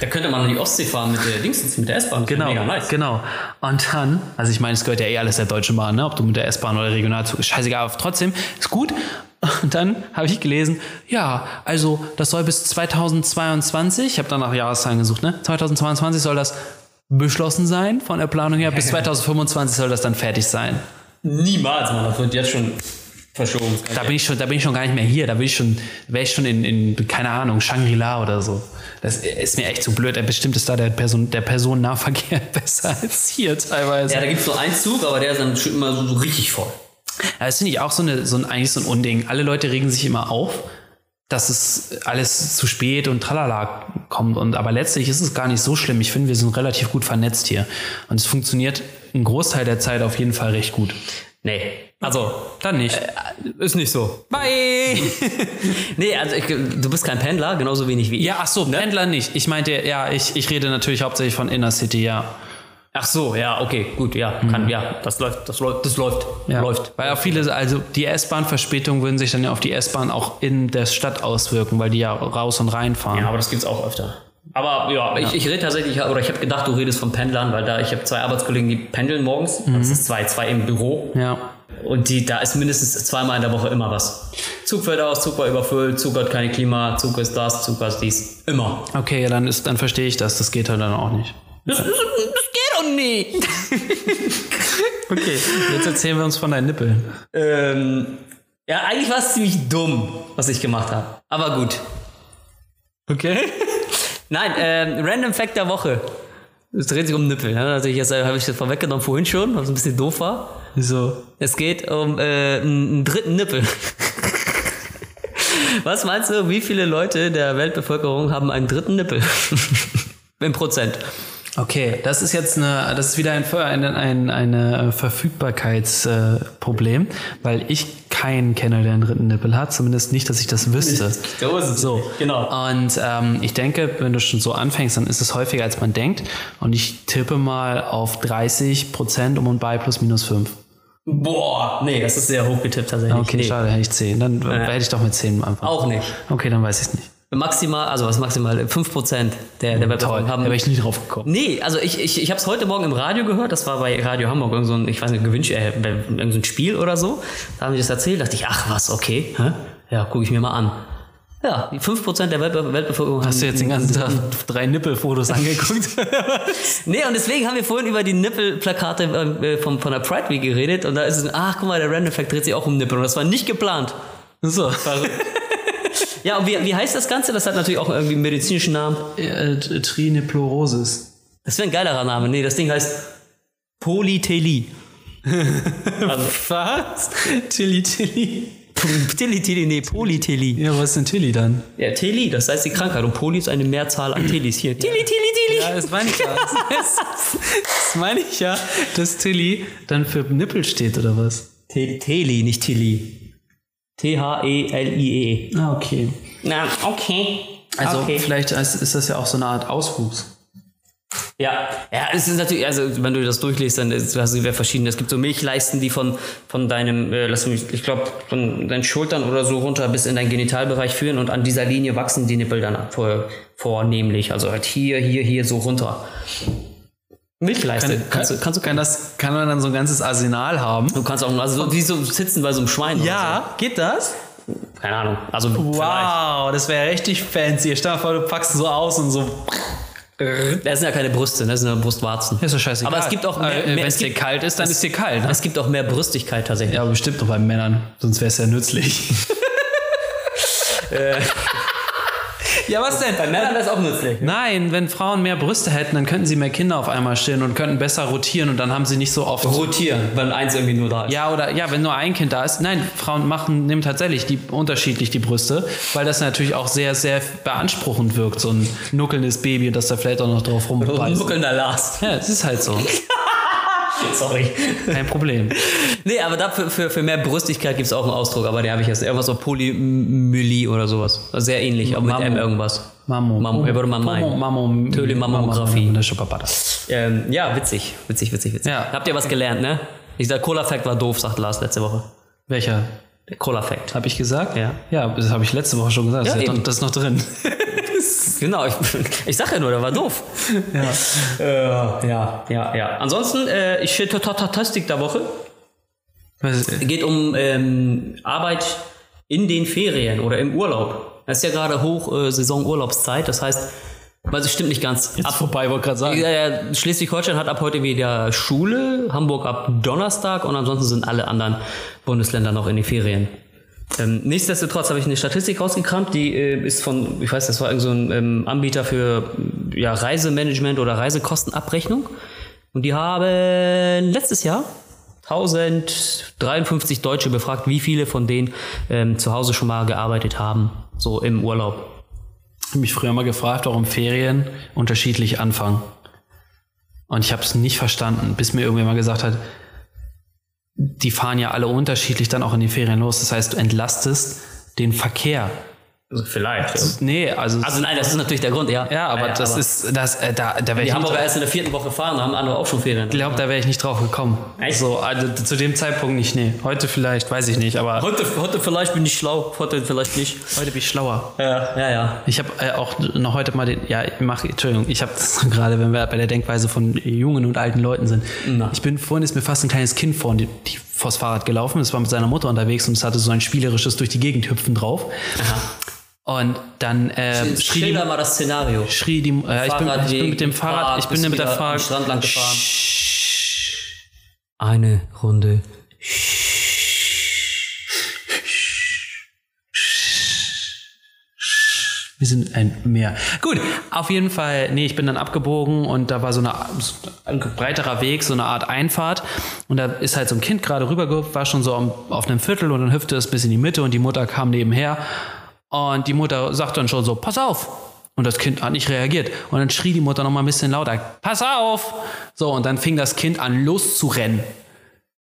Speaker 3: Da könnte man an die Ostsee fahren mit der Dings, mit der S-Bahn. Das wär
Speaker 4: Genau,
Speaker 3: Mega nice.
Speaker 4: genau. Und dann, also ich meine, es gehört ja eh alles der Deutschen Bahn, ne? ob du mit der S-Bahn oder Regionalzug, ist scheißegal, aber trotzdem ist gut. Und dann habe ich gelesen, ja, also das soll bis 2022, ich habe dann nach Jahreszahlen gesucht, ne? 2022 soll das beschlossen sein von der Planung her, bis 2025 soll das dann fertig sein.
Speaker 3: Niemals, Mann. Das wird jetzt schon verschoben.
Speaker 4: Da bin ich schon, da bin ich schon gar nicht mehr hier, da bin ich schon, wäre ich schon in, in, keine Ahnung, Shangri-La oder so. Das ist mir echt zu blöd. Bestimmt ist da der, Person, der Personennahverkehr besser als hier teilweise.
Speaker 3: Ja, da gibt es nur einen Zug, aber der ist dann schon immer so, so richtig voll.
Speaker 4: Ja, Das finde ich auch so, eine, so ein, eigentlich so ein Unding. Alle Leute regen sich immer auf, dass es alles zu spät und tralala kommt. Und, aber letztlich ist es gar nicht so schlimm. Ich finde, wir sind relativ gut vernetzt hier. Und es funktioniert einen Großteil der Zeit auf jeden Fall recht gut.
Speaker 3: Nee. Also,
Speaker 4: Dann nicht.
Speaker 3: Äh, ist nicht so.
Speaker 4: Bye!
Speaker 3: Nee, also ich, du bist kein Pendler, genauso wenig wie ich.
Speaker 4: Ja, ach so, Pendler nicht. Ich meinte, ja, ich, ich rede natürlich hauptsächlich von Inner City, ja.
Speaker 3: Ach so, ja, okay, gut, ja, kann, ja, das läuft, das läuft, das läuft,
Speaker 4: ja.
Speaker 3: läuft.
Speaker 4: Weil auch viele, also die S-Bahn-Verspätungen würden sich dann ja auf die S-Bahn auch in der Stadt auswirken, weil die ja raus und rein fahren.
Speaker 3: Ja, aber das gibt's auch öfter. Aber ja, ich, ich rede tatsächlich, oder ich habe gedacht, du redest von Pendlern, weil da ich habe zwei Arbeitskollegen, die pendeln morgens. Das ist zwei, zwei im Büro.
Speaker 4: ja.
Speaker 3: Und die, da ist mindestens zweimal in der Woche immer was. Zug fällt aus, Zug war überfüllt, Zug hat keine Klima, Zug ist das, Zug ist dies. Immer.
Speaker 4: Okay, ja, dann, ist, dann verstehe ich das. Das geht halt dann auch nicht.
Speaker 3: Das, das, das geht doch nicht.
Speaker 4: Okay, jetzt erzählen wir uns von deinen Nippeln.
Speaker 3: Ähm, ja, eigentlich war es ziemlich dumm, was ich gemacht habe. Aber gut.
Speaker 4: Okay.
Speaker 3: Nein, ähm, Random Fact der Woche. Es dreht sich um Nippel. Ne? Also ich jetzt, äh, habe ich das vorweggenommen vorhin schon, was ein bisschen doof war.
Speaker 4: Wieso?
Speaker 3: Es geht um äh, einen einen dritten Nippel. was meinst du, wie viele Leute der Weltbevölkerung haben einen dritten Nippel? Im Prozent.
Speaker 4: Okay, das ist jetzt eine, das ist wieder ein, ein, ein eine Verfügbarkeitsproblem, äh, Problem, weil ich keinen kenne, der einen dritten Nippel hat. Zumindest nicht, dass ich das wüsste.
Speaker 3: So ist es. Genau.
Speaker 4: So, Und ähm, ich denke, wenn du schon so anfängst, dann ist es häufiger, als man denkt. Und ich tippe mal auf 30 Prozent um und bei plus minus 5.
Speaker 3: Boah, nee, das ist sehr hochgetippt tatsächlich.
Speaker 4: Okay,
Speaker 3: nee.
Speaker 4: schade, hätte ich 10. Dann äh, hätte ich doch mit 10 am Anfang.
Speaker 3: Auch nicht.
Speaker 4: Okay, dann weiß ich es nicht.
Speaker 3: Maximal, also was maximal, 5% der, der
Speaker 4: Toll,
Speaker 3: Weltbevölkerung
Speaker 4: da
Speaker 3: haben.
Speaker 4: wäre ich nie drauf gekommen.
Speaker 3: Nee, also ich, ich, ich habe es heute Morgen im Radio gehört, das war bei Radio Hamburg, irgend so ein, ich weiß nicht, Gewinnspiel, äh, irgend so ein Spiel oder so. Da haben die das erzählt, dachte ich, ach was, okay, hä? ja, gucke ich mir mal an. Ja, 5% der Welt- Weltbevölkerung
Speaker 1: Hast du
Speaker 3: haben-
Speaker 1: jetzt den ganzen Tag drei Nippelfotos angeguckt?
Speaker 3: Nee, und deswegen haben wir vorhin über die Nippelplakate äh, vom, von der Pride Week geredet und da ist es, ein- ach guck mal, der Random Fact dreht sich auch um Nippel und das war nicht geplant.
Speaker 1: so.
Speaker 3: Ja, und wie, wie heißt das Ganze? Das hat natürlich auch irgendwie einen medizinischen Namen.
Speaker 4: Äh, äh, Trineplorosis.
Speaker 3: Das wäre ein geilerer Name. Nee, das Ding heißt Polytelie. also,
Speaker 4: Was? Tilly, Tilly.
Speaker 3: Tilly, Tilly, nee, Polytelie.
Speaker 4: Ja, was ist denn Tilly dann?
Speaker 3: Ja, Teli, das heißt die Krankheit und Poli ist eine Mehrzahl an Telis hier. Teli, Teli, Teli.
Speaker 4: Ja, das meine ich ja. Das, das meine ich ja, dass Tilly dann für Nippel steht oder was?
Speaker 3: Te- Teli, nicht Tilly. E T-H-E-L-I-E.
Speaker 4: Ah, okay.
Speaker 3: Na, okay.
Speaker 4: Also
Speaker 3: okay.
Speaker 4: vielleicht ist, ist das ja auch so eine Art Auswuchs.
Speaker 3: Ja, ja, es ist natürlich, also wenn du das durchliest, dann ist, hast du wieder verschiedene. Es gibt so Milchleisten, die von, von deinem, äh, lass mich, ich glaube, von deinen Schultern oder so runter bis in deinen Genitalbereich führen und an dieser Linie wachsen die Nippel dann ab, vor, vornehmlich. Also halt hier, hier, hier so runter. Milchleiste. kannst, du, kannst du
Speaker 4: Äh, Kann, das, kann man dann so ein ganzes Arsenal haben?
Speaker 3: Du kannst auch also
Speaker 4: Oh.
Speaker 3: so, wie so sitzen bei so einem Schwein. Oder
Speaker 4: geht das?
Speaker 3: so. Keine Ahnung. Also vielleicht.
Speaker 4: Wow, das wäre richtig fancy. Stell dir vor, du packst so aus und so.
Speaker 3: Das sind ja keine Brüste, ne? das sind ja Brustwarzen.
Speaker 4: Ist doch scheißegal.
Speaker 3: Aber es gibt auch mehr,
Speaker 4: Äh,
Speaker 3: mehr
Speaker 4: Wenn
Speaker 3: es,
Speaker 4: es dir
Speaker 3: gibt,
Speaker 4: kalt ist, dann ist dir kalt. Ne?
Speaker 3: es gibt auch mehr Brüstigkeit tatsächlich.
Speaker 4: Ja, bestimmt nur bei Männern, sonst wäre es ja nützlich. ja, was denn?
Speaker 3: Bei Männern wäre es auch nützlich.
Speaker 4: Nein, wenn Frauen mehr Brüste hätten, dann könnten sie mehr Kinder auf einmal stillen und könnten besser rotieren und dann haben sie nicht so oft.
Speaker 3: Rotieren, wenn eins irgendwie nur da ist.
Speaker 4: ja, oder ja, wenn nur ein Kind da ist. Nein, Frauen machen, nehmen tatsächlich die, unterschiedlich die Brüste, weil das natürlich auch sehr, sehr beanspruchend wirkt, so ein nuckelndes Baby, das da vielleicht auch noch drauf rumbeißt.
Speaker 3: Nuckelnder Lars.
Speaker 4: Ja, es ist halt so.
Speaker 3: Sorry.
Speaker 4: Kein Problem.
Speaker 3: Nee, aber dafür für, für mehr Brüstigkeit gibt es auch einen Ausdruck, aber den habe ich jetzt. Irgendwas auf Polymylie oder sowas. Sehr ähnlich, aber mit
Speaker 4: Mammo.
Speaker 3: M irgendwas.
Speaker 4: Mammo.
Speaker 3: Mammo, ja, würde man
Speaker 4: Mammo,
Speaker 3: meinen.
Speaker 4: Mammo,
Speaker 3: Tölemammographie.
Speaker 4: Mammo- Schappapada.
Speaker 3: Ähm, ja, witzig. Witzig, witzig, witzig.
Speaker 4: Ja.
Speaker 3: Habt ihr was gelernt, ne? Ich sag, Cola-Fact war doof, sagt Lars letzte Woche.
Speaker 4: Welcher?
Speaker 3: Der Cola-Fact.
Speaker 4: Habe ich gesagt?
Speaker 3: Ja.
Speaker 4: Ja, das habe ich letzte Woche schon gesagt.
Speaker 3: Ja,
Speaker 4: das, ist ja
Speaker 3: eben.
Speaker 4: doch- das ist noch drin.
Speaker 3: Genau, ich, ich sag ja nur, der war doof. ja. Äh, ja, ja, ja. Ansonsten, äh, ich stehe Statistik der Woche.
Speaker 4: Was-
Speaker 3: Geht um ähm, Arbeit in den Ferien oder im Urlaub. Das ist ja gerade Hochsaison äh, Saison Urlaubszeit, das heißt, also stimmt nicht ganz.
Speaker 4: Jetzt vorbei, wollte gerade sagen.
Speaker 3: Ja, ja, äh, Schleswig-Holstein hat ab heute wieder Schule, Hamburg ab Donnerstag und ansonsten sind alle anderen Bundesländer noch in den Ferien. Ähm, nichtsdestotrotz habe ich eine Statistik rausgekramt, die äh, ist von, ich weiß, das war irgend so ein ähm, Anbieter für ja, Reisemanagement oder Reisekostenabrechnung. Und die haben letztes Jahr 1053 Deutsche befragt, wie viele von denen ähm, zu Hause schon mal gearbeitet haben, so im Urlaub.
Speaker 4: Ich habe mich früher mal gefragt, warum Ferien unterschiedlich anfangen. Und ich habe es nicht verstanden, bis mir irgendjemand mal gesagt hat, die fahren ja alle unterschiedlich dann auch in die Ferien los. Das heißt, du entlastest den Verkehr.
Speaker 3: Also vielleicht. Ja.
Speaker 4: Nee, also,
Speaker 3: Also nein, das ist natürlich der Grund, ja.
Speaker 4: ja, aber das ist, das, äh, da, da wäre ich,
Speaker 3: Die
Speaker 4: nicht
Speaker 3: Hamburger
Speaker 4: drauf-
Speaker 3: erst in der vierten Woche fahren, da haben andere auch schon Ferien.
Speaker 4: ich glaub, da wär ich nicht drauf gekommen.
Speaker 3: Echt?
Speaker 4: So, also, zu dem Zeitpunkt nicht, nee. Heute vielleicht, weiß ich nicht, aber
Speaker 3: Heute, heute vielleicht bin ich schlau, heute vielleicht nicht.
Speaker 4: heute bin ich schlauer.
Speaker 3: Ja, ja. ja.
Speaker 4: Ich habe äh, auch noch heute mal den, ja, ich mach, Entschuldigung, ich habe das gerade, wenn wir bei der Denkweise von jungen und alten Leuten sind.
Speaker 3: Na.
Speaker 4: Ich bin vorhin ist mir fast ein kleines Kind vor die, die vors Fahrrad gelaufen. Das war mit seiner Mutter unterwegs und es hatte so ein spielerisches durch die Gegend hüpfen drauf. Und dann äh, schrie,
Speaker 3: Schilder mal das Szenario.
Speaker 4: die, schrie die, äh, ich, bin, ich bin mit dem Fahrrad, ich bin mit der
Speaker 3: Am
Speaker 4: Fahrrad.
Speaker 3: Strand lang gefahren. Eine Runde.
Speaker 4: Wir sind ein Meer. Gut, auf jeden Fall, nee, ich bin dann abgebogen und da war so eine so ein breiterer Weg, so eine Art Einfahrt. Und da ist halt so ein Kind gerade rübergehüpft, war schon so am, auf einem Viertel und dann hüpfte es bis in die Mitte und die Mutter kam nebenher. Und die Mutter sagt dann schon so, pass auf. Und das Kind hat nicht reagiert. Und dann schrie die Mutter nochmal ein bisschen lauter, pass auf. So, und dann fing das Kind an loszurennen.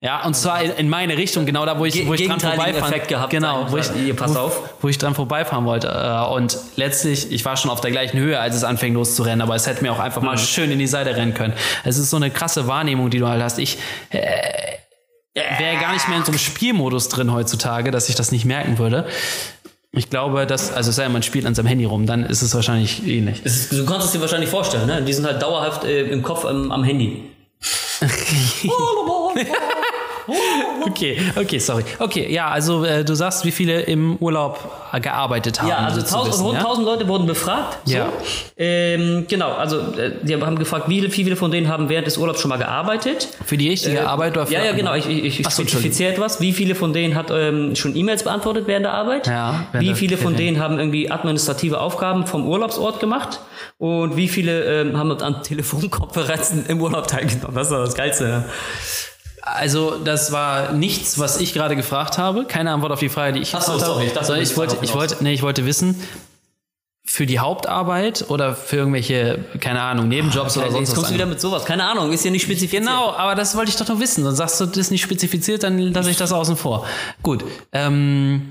Speaker 4: Ja, und zwar in, in meine Richtung, genau da, wo ich,
Speaker 3: Ge-
Speaker 4: wo ich dran
Speaker 3: gegenteiligen
Speaker 4: vorbeifahren.
Speaker 3: Effekt gehabt Äh,
Speaker 4: genau,
Speaker 3: sein.
Speaker 4: wo ich,
Speaker 3: Ihr, pass
Speaker 4: wo,
Speaker 3: auf.
Speaker 4: wo ich dran vorbeifahren wollte. Äh, Und letztlich, ich war schon auf der gleichen Höhe, als es anfing loszurennen, aber es hätte mir auch einfach
Speaker 3: Mhm.
Speaker 4: mal schön in die Seite rennen können. Es ist so eine krasse Wahrnehmung, die du halt hast. Ich äh, wäre gar nicht mehr in so einem Spielmodus drin heutzutage, dass ich das nicht merken würde. Ich glaube, dass, also es sei denn, man spielt an seinem Handy rum, dann ist es wahrscheinlich ähnlich.
Speaker 3: Das ist, du kannst es dir wahrscheinlich vorstellen, ne? ähm, Die sind halt dauerhaft äh, im Kopf am- am Handy.
Speaker 4: Okay, okay, sorry. Okay, ja, also äh, du sagst, wie viele im Urlaub äh, gearbeitet haben.
Speaker 3: Ja, also
Speaker 4: so zu
Speaker 3: 1000,
Speaker 4: wissen,
Speaker 3: rund
Speaker 4: ja?
Speaker 3: 1000 Leute wurden befragt. So.
Speaker 4: Ja.
Speaker 3: Ähm, genau, also äh, die haben gefragt, wie viele, wie viele von denen haben während des Urlaubs schon mal gearbeitet.
Speaker 4: Für die richtige Arbeit oder für
Speaker 3: Ja, ja,
Speaker 4: andere?
Speaker 3: genau. Ich, ich, ich
Speaker 4: Ach so,
Speaker 3: spezifiziere etwas. Wie viele von denen hat ähm, schon E-Mails beantwortet während der Arbeit?
Speaker 4: Ja, während
Speaker 3: wie
Speaker 4: der-
Speaker 3: viele von
Speaker 4: während-
Speaker 3: denen haben irgendwie administrative Aufgaben vom Urlaubsort gemacht? Und wie viele ähm, haben an Telefonkonferenzen im Urlaub teilgenommen? Das ist doch das Geilste. ne?
Speaker 4: Also, das war nichts, was ich gerade gefragt habe. Keine Antwort auf die Frage, die ich
Speaker 3: Ach so,
Speaker 4: gefragt
Speaker 3: sorry, ich
Speaker 4: habe.
Speaker 3: dachte,
Speaker 4: Sondern
Speaker 3: du
Speaker 4: ich
Speaker 3: bist
Speaker 4: wollte,
Speaker 3: darauf
Speaker 4: ich
Speaker 3: hinaus.
Speaker 4: wollte, nee, ich wollte wissen, für die Hauptarbeit oder für irgendwelche, keine Ahnung, Nebenjobs oder sonst
Speaker 3: Ah, Äh, Jetzt
Speaker 4: was.
Speaker 3: kommst du wieder mit sowas. Keine Ahnung, ist ja nicht spezifiziert.
Speaker 4: Genau, aber das wollte ich doch nur wissen. Sonst sagst du, das ist nicht spezifiziert, dann lasse ich das außen vor. Gut. Ähm,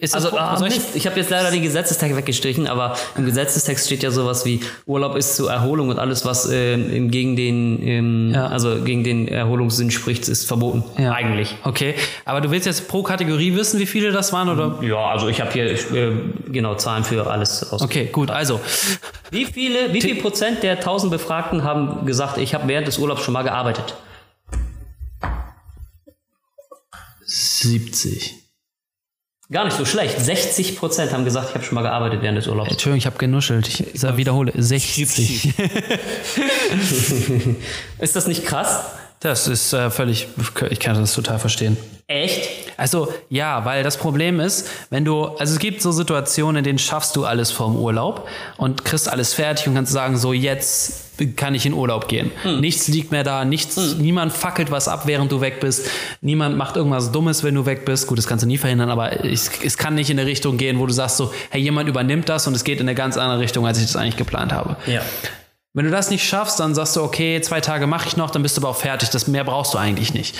Speaker 4: ist das
Speaker 3: Also, ah,
Speaker 4: soll ich-
Speaker 3: Mist. ich habe jetzt leider den Gesetzestext weggestrichen, aber im Gesetzestext steht ja sowas wie Urlaub ist zur Erholung und alles, was ähm, im- gegen den, ähm,
Speaker 4: Ja.
Speaker 3: also gegen den Erholungssinn spricht, ist verboten.
Speaker 4: Ja.
Speaker 3: Eigentlich.
Speaker 4: Okay, aber du willst jetzt pro Kategorie wissen, wie viele das waren oder?
Speaker 3: Ja, also ich habe hier äh, genau Zahlen für alles raus.
Speaker 4: Okay, gut, also
Speaker 3: Wie viele, wie viel Prozent der 1000 Befragten haben gesagt, ich habe während des Urlaubs schon mal gearbeitet?
Speaker 4: 70.
Speaker 3: Gar nicht so schlecht. 60 Prozent haben gesagt, ich habe schon mal gearbeitet während des Urlaubs.
Speaker 4: Entschuldigung, ich habe genuschelt. Ich sag- wiederhole 60.
Speaker 3: Ist das nicht krass?
Speaker 4: Das ist äh, völlig ich kann das total verstehen.
Speaker 3: Echt?
Speaker 4: Also, ja, weil das Problem ist, wenn du, also es gibt so Situationen, in denen schaffst du alles vorm Urlaub und kriegst alles fertig und kannst sagen, so jetzt kann ich in Urlaub gehen. Nichts liegt mehr da, nichts, niemand fackelt was ab, während du weg bist. Niemand macht irgendwas Dummes, wenn du weg bist. Gut, das kannst du nie verhindern, aber es, es kann nicht in eine Richtung gehen, wo du sagst so, hey, jemand übernimmt das und es geht in eine ganz andere Richtung, als ich das eigentlich geplant habe.
Speaker 3: Ja.
Speaker 4: Wenn du das nicht schaffst, dann sagst du, okay, zwei Tage mache ich noch, dann bist du aber auch fertig. Das mehr brauchst du eigentlich nicht.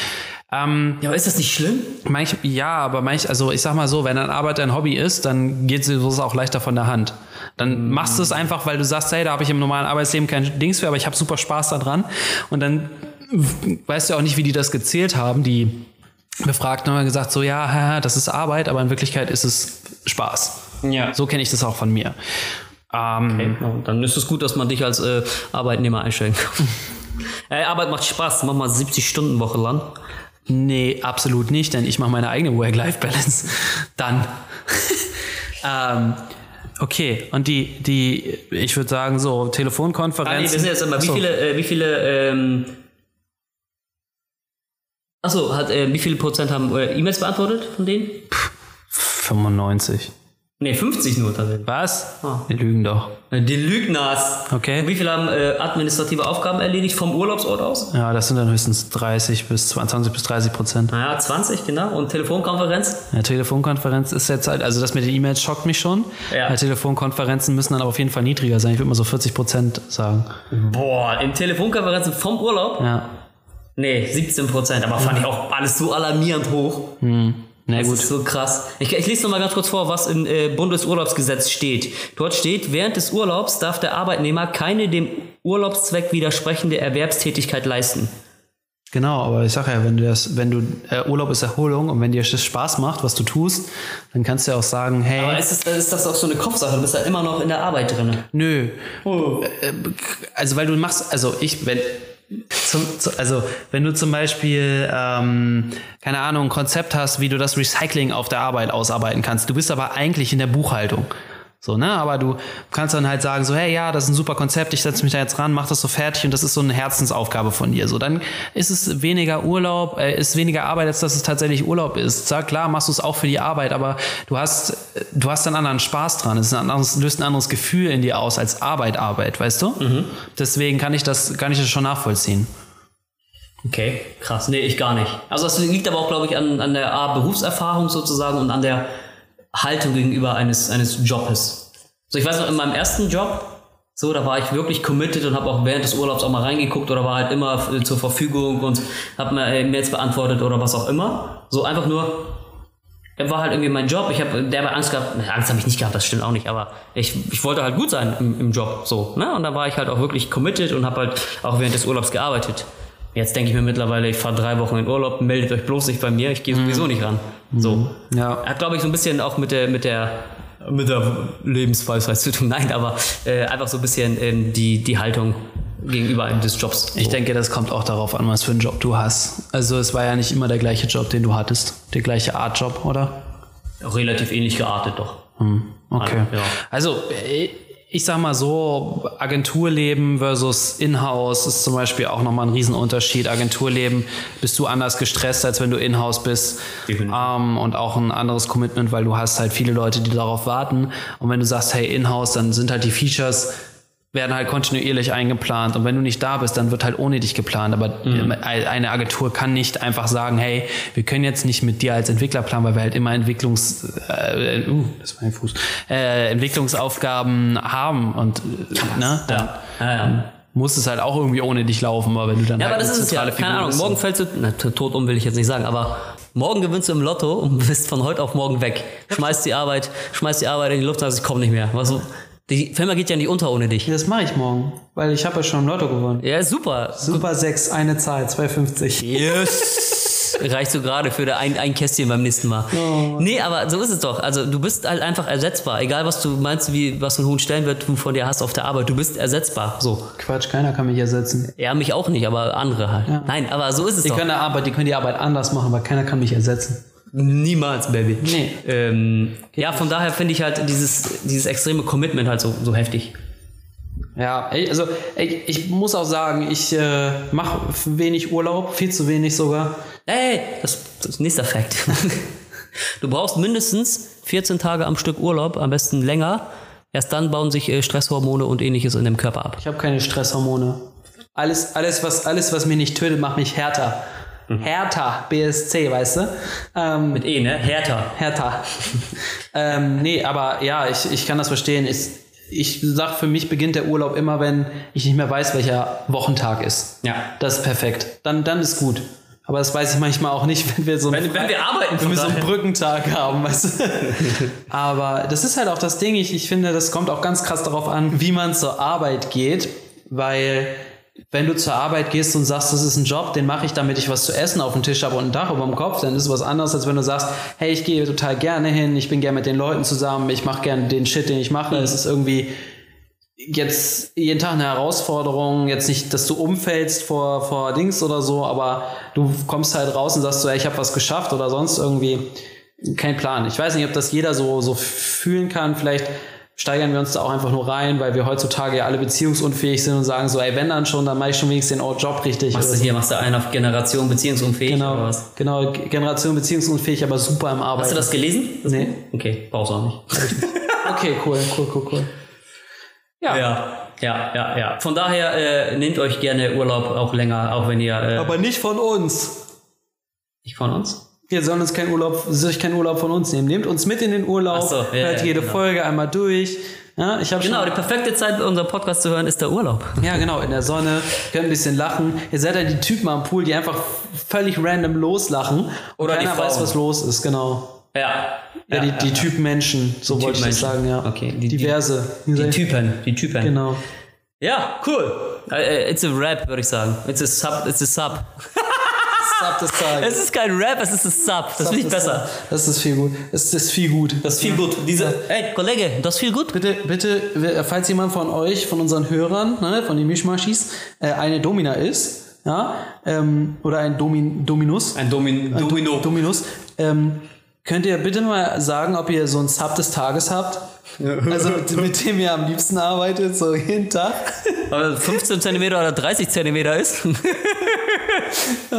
Speaker 4: Ähm,
Speaker 3: Ja, aber ist das nicht schlimm?
Speaker 4: Manch, ja, aber manch, also ich sag mal so, wenn dann Arbeit dein Hobby ist, dann geht es auch leichter von der Hand. Dann machst du es einfach, weil du sagst, hey, da habe ich im normalen Arbeitsleben kein Dings für, aber ich habe super Spaß daran. Und dann weißt du auch nicht, wie die das gezählt haben, die Befragten haben gesagt, so ja, haha, das ist Arbeit, aber in Wirklichkeit ist es Spaß.
Speaker 3: Ja.
Speaker 4: So kenne ich das auch von mir. Ähm,
Speaker 3: Ja, Dann ist es gut, dass man dich als äh, Arbeitnehmer einstellen kann. Ey, Arbeit macht Spaß, mach mal 70 Stunden Woche lang. Ah,
Speaker 4: Nee, absolut nicht, denn ich mache meine eigene Work-Life-Balance. Dann. ähm, okay, und die, die, ich würde sagen, so
Speaker 3: Ah,
Speaker 4: Telefonkonferenzen.
Speaker 3: nee, wir sind jetzt immer, wie
Speaker 4: Achso.
Speaker 3: viele, äh, wie viele, ähm, achso, hat, äh, wie viele Prozent haben äh, E-Mails beantwortet von denen?
Speaker 4: 95.
Speaker 3: Ne, 50 nur tatsächlich.
Speaker 4: Was?
Speaker 3: Ah.
Speaker 4: Wir lügen doch.
Speaker 3: Äh, Die Lügners.
Speaker 4: Okay.
Speaker 3: Und wie viele haben äh, administrative Aufgaben erledigt vom Urlaubsort aus?
Speaker 4: Ja, das sind dann höchstens 30 bis 20 bis 30 Prozent.
Speaker 3: Naja, 20, genau. Und Telefonkonferenz?
Speaker 4: Ja, Telefonkonferenz ist jetzt halt, also das mit den E-Mails schockt mich schon.
Speaker 3: Ja.
Speaker 4: Bei Telefonkonferenzen müssen dann aber auf jeden Fall niedriger sein. Ich würde mal so 40 Prozent sagen.
Speaker 3: Boah, in Telefonkonferenzen vom Urlaub?
Speaker 4: Ja.
Speaker 3: Nee, 17 Prozent, aber fand ich auch alles so alarmierend hoch.
Speaker 4: Na
Speaker 3: Das
Speaker 4: gut.
Speaker 3: ist so krass. Ich, ich lese noch mal ganz kurz vor, was im äh, Bundesurlaubsgesetz steht. Dort steht, während des Urlaubs darf der Arbeitnehmer keine dem Urlaubszweck widersprechende Erwerbstätigkeit leisten.
Speaker 4: Genau, aber ich sag ja, wenn du das, wenn du äh, Urlaub ist Erholung und wenn dir das Spaß macht, was du tust, dann kannst du ja auch sagen,
Speaker 3: Aber
Speaker 4: hey,
Speaker 3: ist, es, ist das auch so eine Kopfsache? Du bist ja immer noch in der Arbeit drin.
Speaker 4: nö.
Speaker 3: Oh.
Speaker 4: Äh, Also weil du machst, also ich, wenn zum, zu, also wenn du zum Beispiel ähm, keine Ahnung ein Konzept hast, wie du das Recycling auf der Arbeit ausarbeiten kannst, du bist aber eigentlich in der Buchhaltung. So, ne? Aber du kannst dann halt sagen, so, hey, ja, das ist ein super Konzept, ich setze mich da jetzt ran, mach das so fertig und das ist so eine Herzensaufgabe von dir. So, dann ist es weniger Urlaub, äh, ist weniger Arbeit, als dass es tatsächlich Urlaub ist. Sag, klar, machst du es auch für die Arbeit, aber du hast, äh, du hast einen anderen Spaß dran. Es ist ein anderes, löst ein anderes Gefühl in dir aus als Arbeit, Arbeit, weißt du? Deswegen kann ich das, kann ich das schon nachvollziehen.
Speaker 3: Okay, krass. Nee, ich gar nicht. Also das liegt aber auch, glaube ich, an, an der A, Berufserfahrung sozusagen und an der Haltung gegenüber eines, eines Jobes. So, ich weiß noch, in meinem ersten Job, so, da war ich wirklich committed und habe auch während des Urlaubs auch mal reingeguckt oder war halt immer äh, zur Verfügung und habe mir äh, Mails beantwortet oder was auch immer. So einfach nur, er war halt irgendwie mein Job. Ich habe derweil Angst gehabt. Na, Angst habe ich nicht gehabt, das stimmt auch nicht. Aber ich, ich wollte halt gut sein im, im Job. so. Ne? Und da war ich halt auch wirklich committed und habe halt auch während des Urlaubs gearbeitet. Jetzt denke ich mir mittlerweile, ich fahre drei Wochen in Urlaub, meldet euch bloß nicht bei mir, ich gehe sowieso nicht ran. So.
Speaker 4: Ja.
Speaker 3: Hat, glaube ich, so ein bisschen auch mit der, mit der, mit der Lebensweisheit zu tun. Nein, aber äh, einfach so ein bisschen ähm, die, die Haltung gegenüber einem des Jobs.
Speaker 4: Ich denke, das kommt auch darauf an, was für einen Job du hast. Also es war ja nicht immer der gleiche Job, den du hattest. Der gleiche Art Job, oder?
Speaker 3: Relativ ähnlich geartet doch.
Speaker 4: Okay.
Speaker 3: Ah, Ja.
Speaker 4: Also äh, ich sag mal so, Agenturleben versus Inhouse ist zum Beispiel auch nochmal ein Riesenunterschied. Agenturleben bist du anders gestresst, als wenn du Inhouse bist.
Speaker 3: Definitiv.
Speaker 4: Ähm, und auch ein anderes Commitment, weil du hast halt viele Leute, die darauf warten. Und wenn du sagst, hey, Inhouse, dann sind halt die Features werden halt kontinuierlich eingeplant und wenn du nicht da bist, dann wird halt ohne dich geplant. Aber
Speaker 3: Mhm.
Speaker 4: ähm, eine Agentur kann nicht einfach sagen, hey, wir können jetzt nicht mit dir als Entwickler planen, weil wir halt immer Entwicklungs, äh, uh, das war mein Fuß, äh, Entwicklungsaufgaben haben und äh, ne, dann
Speaker 3: Ja, ja.
Speaker 4: muss es halt auch irgendwie ohne dich laufen, aber wenn du dann
Speaker 3: ja
Speaker 4: halt
Speaker 3: aber das
Speaker 4: eine
Speaker 3: ist es ja.
Speaker 4: zentrale
Speaker 3: Keine
Speaker 4: Figur
Speaker 3: Ahnung,
Speaker 4: bist,
Speaker 3: morgen fällst du, na, t- tot um will ich jetzt nicht sagen, aber morgen gewinnst du im Lotto und bist von heute auf morgen weg. Schmeißt die Arbeit, schmeißt die Arbeit in die Luft und sagst, ich komme nicht mehr. Was, so- die Firma geht ja nicht unter ohne dich.
Speaker 4: Das mache ich morgen, weil ich habe ja schon im Lotto gewonnen.
Speaker 3: Ja, ist super.
Speaker 4: Also Super 6, eine Zahl, 2,50.
Speaker 3: Yes! Reicht so gerade für der ein, ein Kästchen beim nächsten Mal. nee, aber so ist es doch. Also du bist halt einfach ersetzbar. Egal was du meinst, wie, was für einen hohen Stellenwert du von dir hast auf der Arbeit, du bist ersetzbar. So.
Speaker 4: Quatsch, keiner kann mich ersetzen.
Speaker 3: Ja, mich auch nicht, aber andere halt. Nein, aber so ist es
Speaker 4: Die
Speaker 3: doch.
Speaker 4: können, die Arbeit, die können die Arbeit anders machen, aber keiner kann mich ersetzen.
Speaker 3: Niemals, Baby.
Speaker 4: Nee.
Speaker 3: Ähm, ja, von daher finde ich halt dieses, dieses extreme Commitment halt so, so heftig.
Speaker 4: Ja, ey, also ey, ich muss auch sagen, ich äh, mache wenig Urlaub, viel zu wenig sogar.
Speaker 3: Ey, das, das ist nächster Fact. du brauchst mindestens 14 Tage am Stück Urlaub, am besten länger. Erst dann bauen sich äh, Stresshormone und ähnliches in dem Körper ab.
Speaker 4: Ich habe keine Stresshormone. Alles, alles, was, alles, was mich nicht tötet, macht mich härter. Härter, BSC, weißt du? Ähm,
Speaker 3: Mit E, ne? Härter.
Speaker 4: härter. ähm, nee, aber ja, ich, ich kann das verstehen. Ich, ich sag, für mich beginnt der Urlaub immer, wenn ich nicht mehr weiß, welcher Wochentag ist.
Speaker 3: Ja.
Speaker 4: Das ist perfekt. Dann, dann ist gut. Aber das weiß ich manchmal auch nicht, wenn wir so einen
Speaker 3: Wenn, wenn wir arbeiten,
Speaker 4: Wenn wir so einen
Speaker 3: daher.
Speaker 4: Brückentag haben, weißt du? Aber das ist halt auch das Ding. Ich, ich finde, das kommt auch ganz krass darauf an, wie man zur Arbeit geht, weil wenn du zur Arbeit gehst und sagst, das ist ein Job, den mache ich, damit ich was zu essen auf dem Tisch habe und ein Dach über dem Kopf, dann ist es was anderes, als wenn du sagst, hey, ich gehe total gerne hin, ich bin gerne mit den Leuten zusammen, ich mache gerne den Shit, den ich mache. Es ist irgendwie jetzt jeden Tag eine Herausforderung, jetzt nicht, dass du umfällst vor, vor Dings oder so, aber du kommst halt raus und sagst so, ey, ich habe was geschafft oder sonst irgendwie. Kein Plan. Ich weiß nicht, ob das jeder so, so fühlen kann. Vielleicht steigern wir uns da auch einfach nur rein, weil wir heutzutage ja alle beziehungsunfähig sind und sagen so, ey, wenn dann schon, dann mache ich schon wenigstens den Job richtig.
Speaker 3: Machst du hier, machst du einen auf Generation beziehungsunfähig oder
Speaker 4: genau,
Speaker 3: was?
Speaker 4: genau, Generation beziehungsunfähig, aber super im Arbeiten.
Speaker 3: Hast du das gelesen? Das
Speaker 4: Nee.
Speaker 3: Buch? Okay, brauchst du auch nicht.
Speaker 4: Okay, cool, cool, cool, cool. Ja.
Speaker 3: Ja, ja, ja, ja. Von daher äh, nehmt euch gerne Urlaub auch länger, auch wenn ihr äh,
Speaker 4: Aber nicht von uns.
Speaker 3: nicht von uns.
Speaker 4: Wir sollen uns keinen Urlaub, sollt keinen Urlaub von uns nehmen. Nehmt uns mit in den Urlaub,
Speaker 3: Ach so, ja,
Speaker 4: hört
Speaker 3: ja,
Speaker 4: jede
Speaker 3: genau.
Speaker 4: Folge einmal durch. Ja, ich habe
Speaker 3: Genau, die
Speaker 4: schon.
Speaker 3: perfekte Zeit, unseren Podcast zu hören, ist der Urlaub.
Speaker 4: Ja, genau, in der Sonne, könnt ein bisschen lachen. Ihr seid ja die Typen am Pool, die einfach völlig random loslachen.
Speaker 3: Oder die
Speaker 4: keiner weiß,
Speaker 3: Frauen.
Speaker 4: was los ist, genau.
Speaker 3: Ja.
Speaker 4: Ja, die, die Typenmenschen, so wollte ich das sagen,
Speaker 3: Typenmenschen.
Speaker 4: ja.
Speaker 3: Okay, die- die-
Speaker 4: Diverse.
Speaker 3: Die Typen, die Typen.
Speaker 4: Genau.
Speaker 3: Ja, cool. Äh, äh, It's a Rap, würde ich sagen. It's a Sub, it's a Sub.
Speaker 4: Sub des Tages.
Speaker 3: Es ist kein Rap, es ist ein Sub. Das
Speaker 4: Sub
Speaker 3: finde ich
Speaker 4: des
Speaker 3: besser.
Speaker 4: Tages. Das ist viel gut. Das ist viel gut.
Speaker 3: Das ist viel gut. Diese, ey, Kollege, das ist viel gut.
Speaker 4: Bitte, bitte, wer- falls jemand von euch, von unseren Hörern, ne, von den Mischmaschis, äh, eine Domina ist, ja, ähm, oder ein Domin, Dominus,
Speaker 3: Ein Domin, Domino.
Speaker 4: Dominus, ähm, könnt ihr bitte mal sagen, ob ihr so einen Sub des Tages habt? Also mit, mit dem ihr am liebsten arbeitet, so jeden Tag.
Speaker 3: Ob er 15 cm oder 30 cm ist.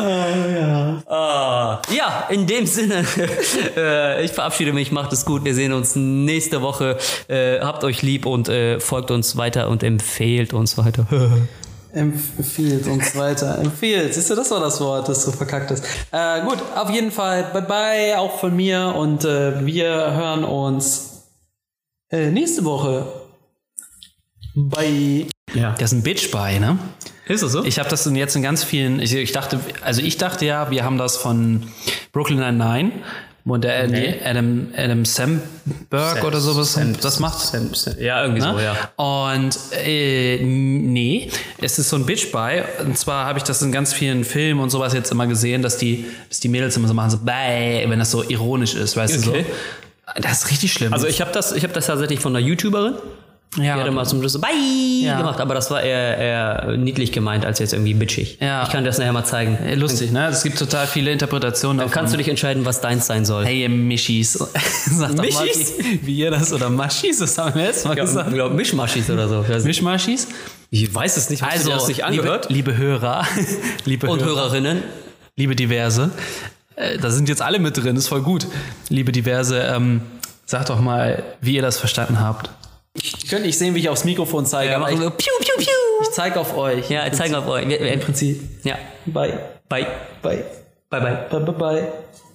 Speaker 3: Ah. Ja, in dem Sinne, äh, ich verabschiede mich, macht es gut, wir sehen uns nächste Woche. Äh, habt euch lieb und äh, folgt uns weiter und empfehlt uns weiter.
Speaker 4: Empfiehlt uns weiter. Empfiehlt. Siehst du, das war das Wort, das du verkackt hast. Äh, gut, auf jeden Fall. Bye bye, auch von mir. Und äh, wir hören uns äh, nächste Woche. Bye.
Speaker 3: Ja.
Speaker 4: Der ist ein Bitch bei, ne?
Speaker 3: Ist es so?
Speaker 4: Ich habe das in jetzt in ganz vielen. Ich, ich dachte, also ich dachte ja, wir haben das von Brooklyn Nine-Nine und der
Speaker 3: Nee.
Speaker 4: Adam, Adam Samberg oder sowas das macht.
Speaker 3: ja, irgendwie so, oh ja.
Speaker 4: Ne? Und äh, nee, es ist so ein Bitch bei. Und zwar habe ich das in ganz vielen Filmen und sowas jetzt immer gesehen, dass die, dass die Mädels immer so machen, so bäh, wenn das so ironisch ist, weißt du
Speaker 3: Okay.
Speaker 4: so. Das ist richtig schlimm.
Speaker 3: Also ich habe das, ich hab das tatsächlich von einer YouTuberin. Ja, hat er mal zum Schluss so Bye gemacht, aber das war eher, eher niedlich gemeint als jetzt irgendwie bitchig.
Speaker 4: Ja.
Speaker 3: Ich kann dir das nachher mal zeigen.
Speaker 4: Äh, Lustig, ne? Es gibt total viele Interpretationen.
Speaker 3: Dann kannst du dich entscheiden, was deins sein soll.
Speaker 4: Hey, ihr Mischis. Sag doch
Speaker 3: Mischis?
Speaker 4: Mal, wie, wie ihr das oder Maschis, das haben wir letztes Mal
Speaker 3: Ich
Speaker 4: gesagt.
Speaker 3: glaube, Mischmaschis oder so. Ich weiß-
Speaker 4: Mischmaschis?
Speaker 3: also
Speaker 4: Also,
Speaker 3: Ich weiß es nicht, hast du dir das nicht angehört?
Speaker 4: Liebe, liebe Hörer, liebe
Speaker 3: Und
Speaker 4: Hörer,
Speaker 3: Hörerinnen.
Speaker 4: liebe Diverse, äh, da sind jetzt alle mit drin, ist voll gut. Liebe Diverse, ähm, sag doch mal, wie ihr das verstanden habt. Ich könnte nicht sehen, wie ich aufs Mikrofon zeige,
Speaker 3: Ja, ich, piu, piu, piu.
Speaker 4: zeige auf euch.
Speaker 3: Ja, zeigen wir auf euch. Im Prinzip. Ja. Bye. Bye. Bye. Bye. Bye. Bye. Bye.